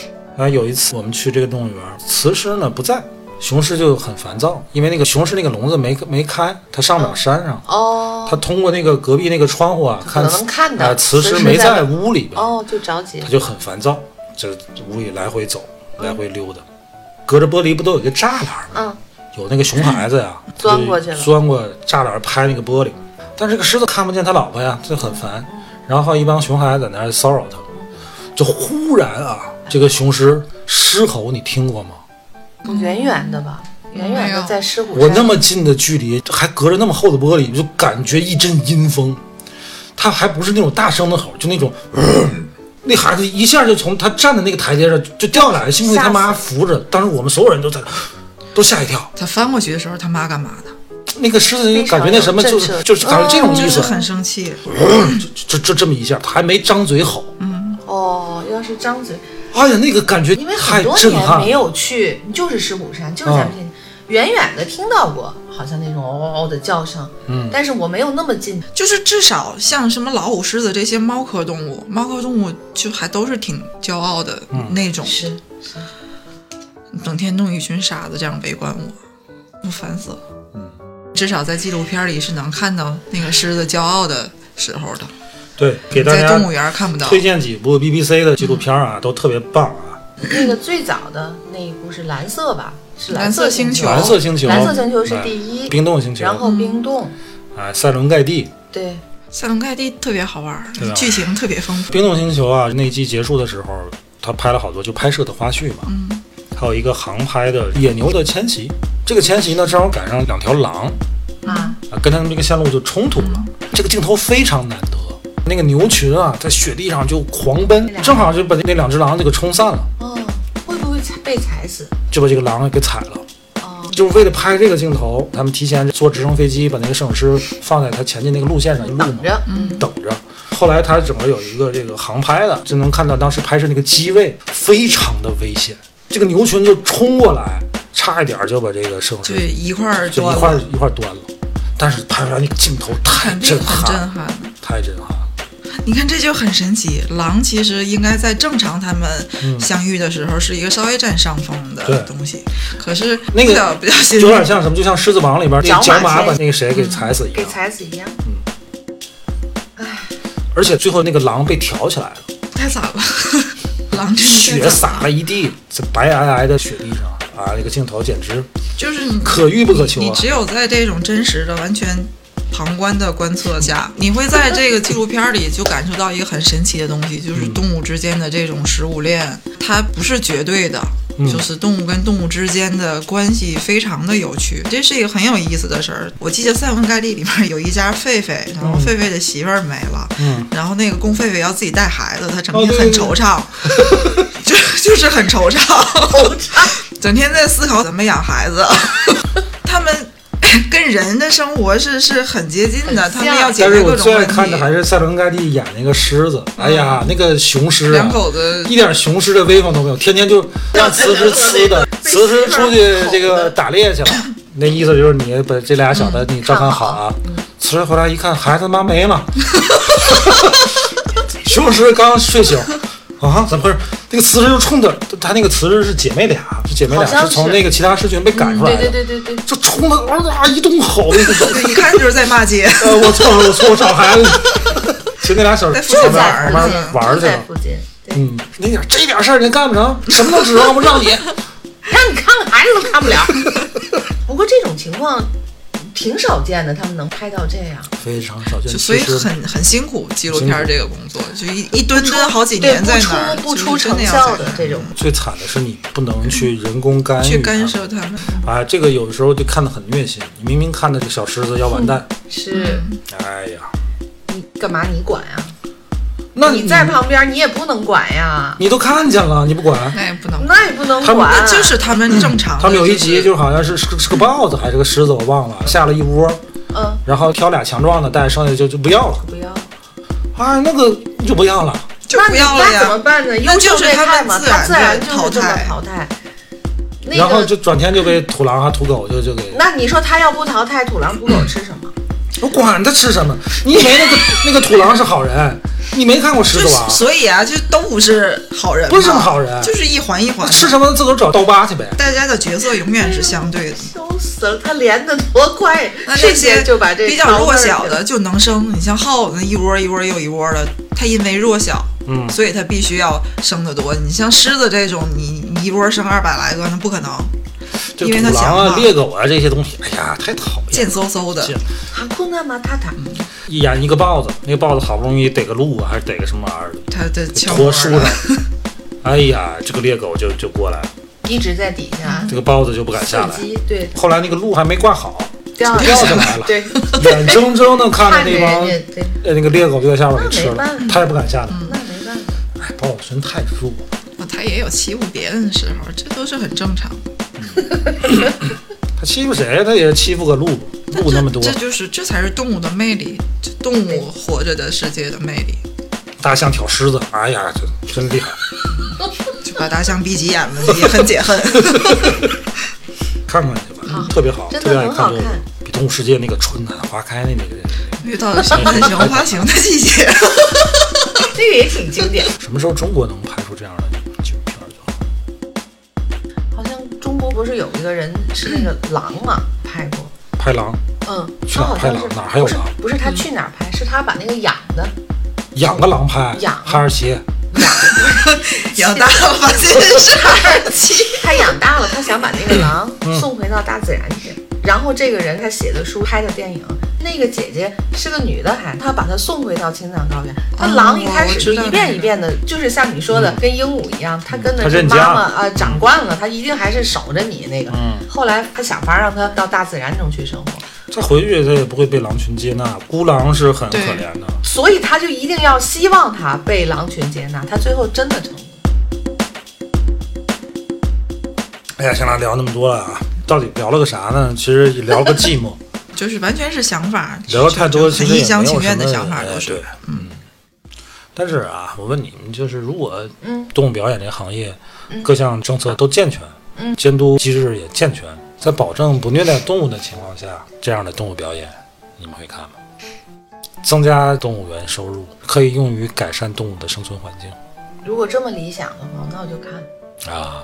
S2: 么？
S4: 然后有一次我们去这个动物园，雌狮呢不在，雄狮就很烦躁，因为那个雄狮那个笼子没没开，它上不了山上，
S2: 哦
S4: 它通过那个隔壁那个窗户啊，
S2: 可
S4: 看
S2: 能能看到
S4: 啊，
S2: 雌
S4: 雌狮
S2: 狮
S4: 没
S2: 在
S4: 在
S2: 哪
S4: 屋里边，
S2: 哦，就着急
S4: 它。就很烦躁，就屋里来回走，来回溜达，隔着玻璃不都有一个栅栏吗？
S2: 嗯，
S4: 有那个熊孩子呀，
S2: 钻过去了
S4: 就钻过栅栏拍那个玻璃，但是这个狮子看不见他老婆呀，就很烦。
S2: 嗯
S4: 然后还有一帮熊孩子在那儿骚扰他，就忽然啊，这个雄狮狮吼你听过吗？
S2: 远远的吧，远远
S3: 没
S2: 的
S3: 有
S2: 在狮虎山。
S4: 我那么近的距离，还隔着那么厚的玻璃，就感觉一阵阴风。他还不是那种大声的吼，就那种，呃那孩子一下就从他站的那个台阶上就就掉下来，幸亏他妈扶着。当时我们所有人都在，都吓一跳。
S3: 他翻过去的时候，他妈干嘛呢？
S4: 那个狮子就感觉那什么，就
S2: 非常
S4: 是
S2: 有嗯
S4: 就是感觉这种 意
S3: 就
S4: 思呃
S3: 是，很生气，
S4: 就就这么一下，他还没张嘴吼。
S2: 哦，要是张嘴，
S4: 哎呀，那个感觉
S2: 因为
S4: 太
S2: 很多
S4: 震
S2: 年
S4: 撼
S2: 没
S4: 了。嗯
S2: 有去，就是狮虎山，就是咱们天津，远远的听到过，好像那种嗷嗷嗷的叫声，
S4: 嗯
S2: 但是我没有那么近，
S3: 就是至少像什么老虎、狮子这些猫科动物，猫科动物就还都是挺骄傲的那种。
S2: 是
S3: 整天弄一群傻子这样围观我，我烦死了。嗯，至少在纪录片里是能看到那个狮子骄傲的时候的，
S4: 对，给大
S3: 在
S4: 家
S3: 动物园看不到。
S4: 推荐几部 BBC 的纪录片啊，都特别棒啊。
S2: 那个最早的那一部是蓝色吧，是
S3: 蓝色
S2: 色
S3: 星
S2: 球，
S3: 球
S4: 蓝色星球，
S2: 蓝色星球是
S4: 哎
S2: 第一，
S4: 冰冻星球，
S2: 然后冰冻，
S4: 啊，塞伦盖蒂，
S2: 对，
S3: 塞伦盖蒂特别好玩儿
S4: 对吧，
S3: 剧情特别丰富。
S4: 冰冻星球啊，那季结束的时候，他拍了好多就拍摄的花絮嘛，
S3: 嗯，
S4: 还有一个航拍的野牛的迁徙。这个迁徙呢，正好赶上两条狼
S2: 啊，
S4: 啊，跟他们这个线路就冲突了。这个镜头非常难得，那个牛群啊，在雪地上就狂奔，正好就把那两只狼就给冲散了，
S2: 哦，会不会踩被踩死？
S4: 就把这个狼给踩了。
S2: 哦，
S4: 就是为了拍这个镜头，他们提前坐直升飞机把那个摄影师放在他前进那个路线上一路嘛
S2: 等，着，嗯，
S4: 等着。后来他整个有一个这个航拍的，就能看到当时拍摄那个机位非常的危险，这个牛群就冲过来，差一点就把这个摄影
S3: 就
S4: 师
S3: 一块儿
S4: 就
S3: 多
S4: 一块一块端了。但是拍出来那个镜头太
S3: 肯定
S4: 震
S3: 很
S4: 撼，
S3: 震撼。
S4: 太震撼了。
S3: 你看，这就很神奇。狼其实应该在正常他们相遇的时候是一个稍微占上风
S4: 嗯对
S3: 的东西，可是
S4: 那个
S3: 比较比较
S4: 就
S3: 心
S4: 有点像什么，就像《狮子王》里边那个角
S2: 角
S4: 马
S2: 马
S4: 把
S2: 先
S4: 那个谁给踩死一
S2: 给
S4: 样。
S2: 踩死一样，
S4: 而且最后那个狼被挑起来了，
S3: 太惨了， 狼真的太
S4: 血
S3: 惨了
S4: 洒了一地，这白皑皑的雪地上啊，那个镜头简直
S3: 就是你
S4: 可遇不可求
S3: 你
S4: 啊！
S3: 只有在这种真实的、完全旁观的观测 下，你会在这个纪录片里就感受到一个很神奇的东西，
S4: 嗯
S3: 就是动物之间的这种食物链，它不是绝对的。
S4: 嗯
S3: 就是动物跟动物之间的关系非常的有趣，这是一个很有意思的事儿。我记得《塞文盖蒂》里面有一家狒狒，然后狒狒的媳妇儿没了，
S4: 嗯，
S3: 然后那个公狒狒要自己带孩子，他整
S4: 哦
S3: 天
S4: 对
S3: 很
S4: 对对
S3: 惆怅， 就就是很惆
S4: 哦
S3: 怅，整天在思考怎么养孩子。 他们跟人的生活是是很接近的，
S2: 很像
S3: 他们要解
S4: 但是
S3: 决
S4: 我
S3: 各种
S4: 最爱
S3: 问
S4: 看的还
S3: 题。嗯
S4: 是塞伦盖蒂演那个狮子，哎呀，那个雄狮啊
S3: 两，口子
S4: 一点 雄狮的威风都没有，天天就让雌狮呲的，雌狮出去这个打猎去了，那意思就是你把这俩小的
S3: 嗯
S4: 你照看好啊。辞职回来一看，孩子妈没了， 熊老师刚睡醒。啊，怎么回事？那个辞职就冲着他那个辞职是姐妹俩，是姐妹俩
S5: 好像
S4: 是从
S5: 是
S4: 那个其他社群被
S3: 嗯
S4: 赶出来
S5: 对
S4: 的，
S5: 对对对对，
S4: 就冲他啊一顿吼，我跟你说
S3: 一看就是在骂 街。
S4: 呃，我错了，我错，我 找孩子。其实那俩小
S3: 在
S4: 小
S3: 附
S4: 孩
S3: 近
S4: 儿慢
S3: 嗯
S4: 慢玩儿去
S2: 在
S4: 了。
S2: 附近。对，
S4: 嗯，那点儿这点事儿您干不成，什么都指望 不上你。
S5: 让你看看孩子都看不了。
S2: 不过这种情况挺少见的，他们能拍到这样。
S4: 非常少见，
S3: 就所以
S4: 其实
S3: 很很辛苦，纪录
S4: 辛
S3: 片
S4: 苦
S3: 这个工作就一一蹲蹲好几
S2: 对，
S3: 年
S2: 不
S3: 在
S2: 出
S3: 那儿，
S2: 不
S3: 就是
S2: 出
S3: 真的
S2: 成
S3: 要
S2: 效
S3: 在
S2: 的
S3: 那儿
S2: 这种，
S4: 最惨的是你不能去人工干预
S3: 去
S4: 它
S3: 干涉他们，
S4: 啊，这个有时候就看得很虐心。你明明看着这小狮子要完蛋，
S2: 是
S4: 哎呀，
S2: 你干嘛你管呀？
S4: 那
S2: 你在旁边你也不能管呀，
S4: 你都看见了，你不管？
S3: 那也不能。
S2: 那也不能
S4: 他们
S2: 管，
S3: 就是他们正常的。
S4: 他们有一集
S3: 就
S4: 就好像是是个是个豹子还是个狮子，我忘了，下了一窝，
S2: 嗯，
S4: 然后挑俩强壮的带，剩下就就不要了。
S2: 不要。
S4: 啊，那个就不要了。
S3: 就
S2: 那
S3: 不
S2: 你
S3: 要了
S2: 那怎么
S3: 呀。
S2: 办呢？优
S3: 那就
S2: 秀
S3: 是
S2: 被
S3: 他们
S2: 汰嘛，
S3: 自
S2: 他自
S3: 然
S2: 然
S3: 就
S2: 就是这么
S3: 淘汰
S2: 淘汰。那
S4: 然后
S2: 个
S4: 就转天就被土狼啊、土狗就就给，
S2: 那你说他要不淘汰，土狼土狗吃什么？
S4: 我管他吃什么，你以为 那个那个土狼是好人？你没看过《狮
S3: 就
S4: 子王》？
S3: 所以啊，就都不是好人嘛，
S4: 不是什么好人
S3: 就是一环
S2: 啊
S3: 一环的。
S4: 吃什么自个儿找刀疤去呗。
S3: 大家的角色永远是相对的。
S2: 羞哎死了，他连的多快
S3: 那，那
S2: 瞬
S3: 些
S2: 间就把这
S3: 比较
S2: 槽
S3: 弱
S2: 味儿
S3: 小
S2: 给
S3: 的就能生，你像耗子一窝一窝又一窝的，它因为弱小，
S4: 嗯
S3: 所以它必须要生得多。你像狮子这种，你你一窝生二百来个，那不可能，
S4: 这
S3: 因为
S4: 土
S3: 它
S4: 狼
S3: 强
S4: 啊、
S3: 嘛
S4: 猎狗啊这些东西，哎呀，太讨
S3: 贱
S4: 厌了。
S3: 嗖嗖的
S4: 贱。
S2: 哈啊库纳马塔塔，
S3: 嗯
S4: 一演一个豹子，那个豹子好不容易逮个鹿啊，还是逮个什么玩意儿的，
S3: 它的敲
S4: 拖
S3: 门
S4: 树
S2: 啊
S3: 了
S4: 上。 哎呀，这个猎狗就就过来了，
S2: 一直在底
S3: 嗯
S2: 下
S4: 这个豹子就不敢下来
S2: 嗯刺。激，对，
S4: 后来那个鹿还没挂好，
S2: 掉
S4: 掉
S2: 下
S4: 下来了，
S2: 对，
S4: 眼睁睁的看着
S2: 看着
S4: 那
S2: 人
S4: 帮
S2: 家，对，
S4: 呃那个猎狗就在下边给
S2: 那
S4: 吃
S2: 没办
S4: 了，
S2: 法嗯
S4: 它也不敢下来。
S2: 那没办法。
S4: 哎，豹子真太弱了。
S3: 它也有欺负别人的时候，这都是很正常。
S4: 他欺负谁啊呀？他也欺负个鹿，鹿那么多
S3: 这，就是这才是动物的魅力，这动物活着的世界的魅力，
S4: 大象挑狮子，哎呀，这真厉害！
S3: 就把大象逼急眼了，也很 解恨。
S4: 看看去吧，特别好，
S2: 啊真的
S4: 特别爱
S2: 很好
S4: 这个
S2: 看，
S4: 比《动物世界》那个春暖花开那那个
S3: 遇到了什 么很雄花行的季节？
S2: 这个也挺经典，
S4: 什么时候中国能拍出这样的纪录片儿就好？
S2: 好像中国不是有一个人是那个狼嘛，拍过，
S4: 拍狼
S2: 嗯，
S4: 去
S2: 他
S4: 哪儿
S2: 好
S4: 拍
S2: 像
S4: 狼
S2: 是
S4: 哪儿还有
S2: 不是
S4: 狼
S2: 不是他去哪儿拍，是他把那个养的
S4: 养个狼拍，
S2: 养
S4: 哈士奇，
S3: 养大了吧，真是。
S2: 他养大了，他想把那个狼
S4: 嗯
S2: 嗯送回到大自然去。然后这个人他写的书、拍的电影，那个姐姐是个女的还，她把它送回到青藏高原。那狼一开
S3: 哦我
S2: 始
S3: 知
S2: 就
S3: 道
S2: 一
S3: 那
S2: 遍
S3: 个
S2: 一遍的，就是像你说的，跟鹦鹉一样，它跟
S4: 它
S2: 的是
S4: 嗯认
S2: 妈
S4: 家嗯
S2: 妈啊、长惯了，它一定还是守着你那个。后来他想法让它到大自然中去生活，
S4: 再回去他也不会被狼群接纳，孤狼是很可
S3: 对
S4: 怜的。
S2: 所以他就一定要希望它被狼群接纳，它最后真的成功。
S4: 哎呀，行了，聊那么多了啊，到底聊了个啥呢？其实也聊个寂寞，
S3: 就是完全是想法，
S4: 聊太多
S3: 就
S4: 其
S3: 是
S4: 实
S3: 很
S4: 也
S3: 一厢
S4: 没有
S3: 情愿
S4: 什
S3: 的
S4: 么
S3: 想法
S4: 哎
S3: 都是
S4: 对。，嗯。但是啊，我问你们，就是如果
S2: 嗯
S4: 动物表演这个行业，
S3: 嗯
S4: 各项政策都健全，监督机制也健全，在保证不虐待动物的情况下，这样的动物表演你们会看吗？增加动物园收入，可以用于改善动物的生存环境
S2: 如果这么理想的话， 那我就看。
S4: 啊。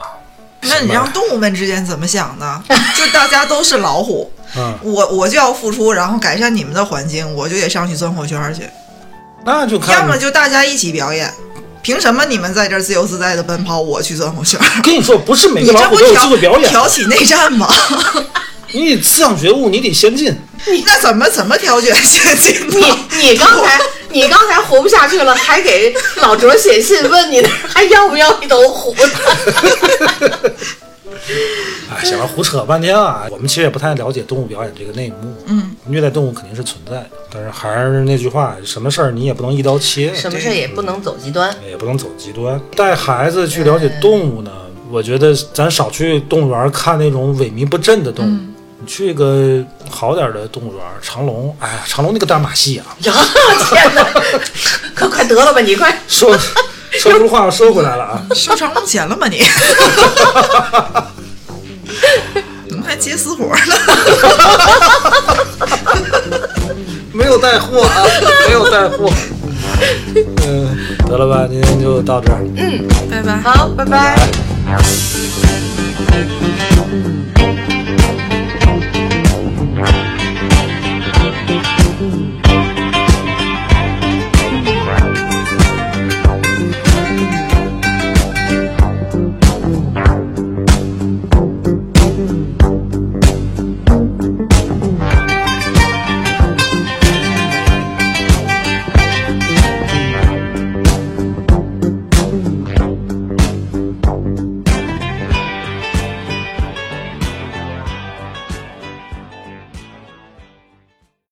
S3: 那你让动物们之间怎么想呢？ 就大家都是老虎，
S4: 嗯，
S3: 我我就要付出，然后改善你们的环境，我就得上去钻火圈去。
S4: 那就
S3: 要
S4: 看
S3: 么就大家一起表演，凭什么你们在这儿自由自在的奔跑，我去钻火圈？
S4: 跟你说，不是每
S3: 你
S4: 个老
S3: 这不
S4: 虎都有机会表
S3: 挑
S4: 演，
S3: 挑起内战 吗？
S4: 你得思想觉悟，你得先进。
S3: 那怎么怎么挑选先进 呢？
S2: 你你刚 才你刚才活不下去了，还给老卓写信问你 还要不要一头虎
S4: 哎，行了，胡扯半天啊！我们其实也不太了解动物表演这个内幕。
S3: 嗯，
S4: 虐待动物肯定是存在的，但是还是那句话，什么事儿你也不能一刀切，
S2: 什么事也不能走极端。
S4: 也不能走极端。带孩子去了解动物呢，我觉得咱少去动物园看那种萎靡不振的动物。你去一个好点儿的动物园，长隆，哎呀，长隆那个大马戏啊，
S2: 呀，天哪！ 可快得了吧，你快
S4: 说说实话，我收 回来了啊。
S3: 收成目前了吗你？怎么还接私活呢。
S4: 没有带货啊，没有带货。 嗯，得了吧，今天就到这儿。
S3: 拜拜。
S6: 好，拜拜。
S4: 拜拜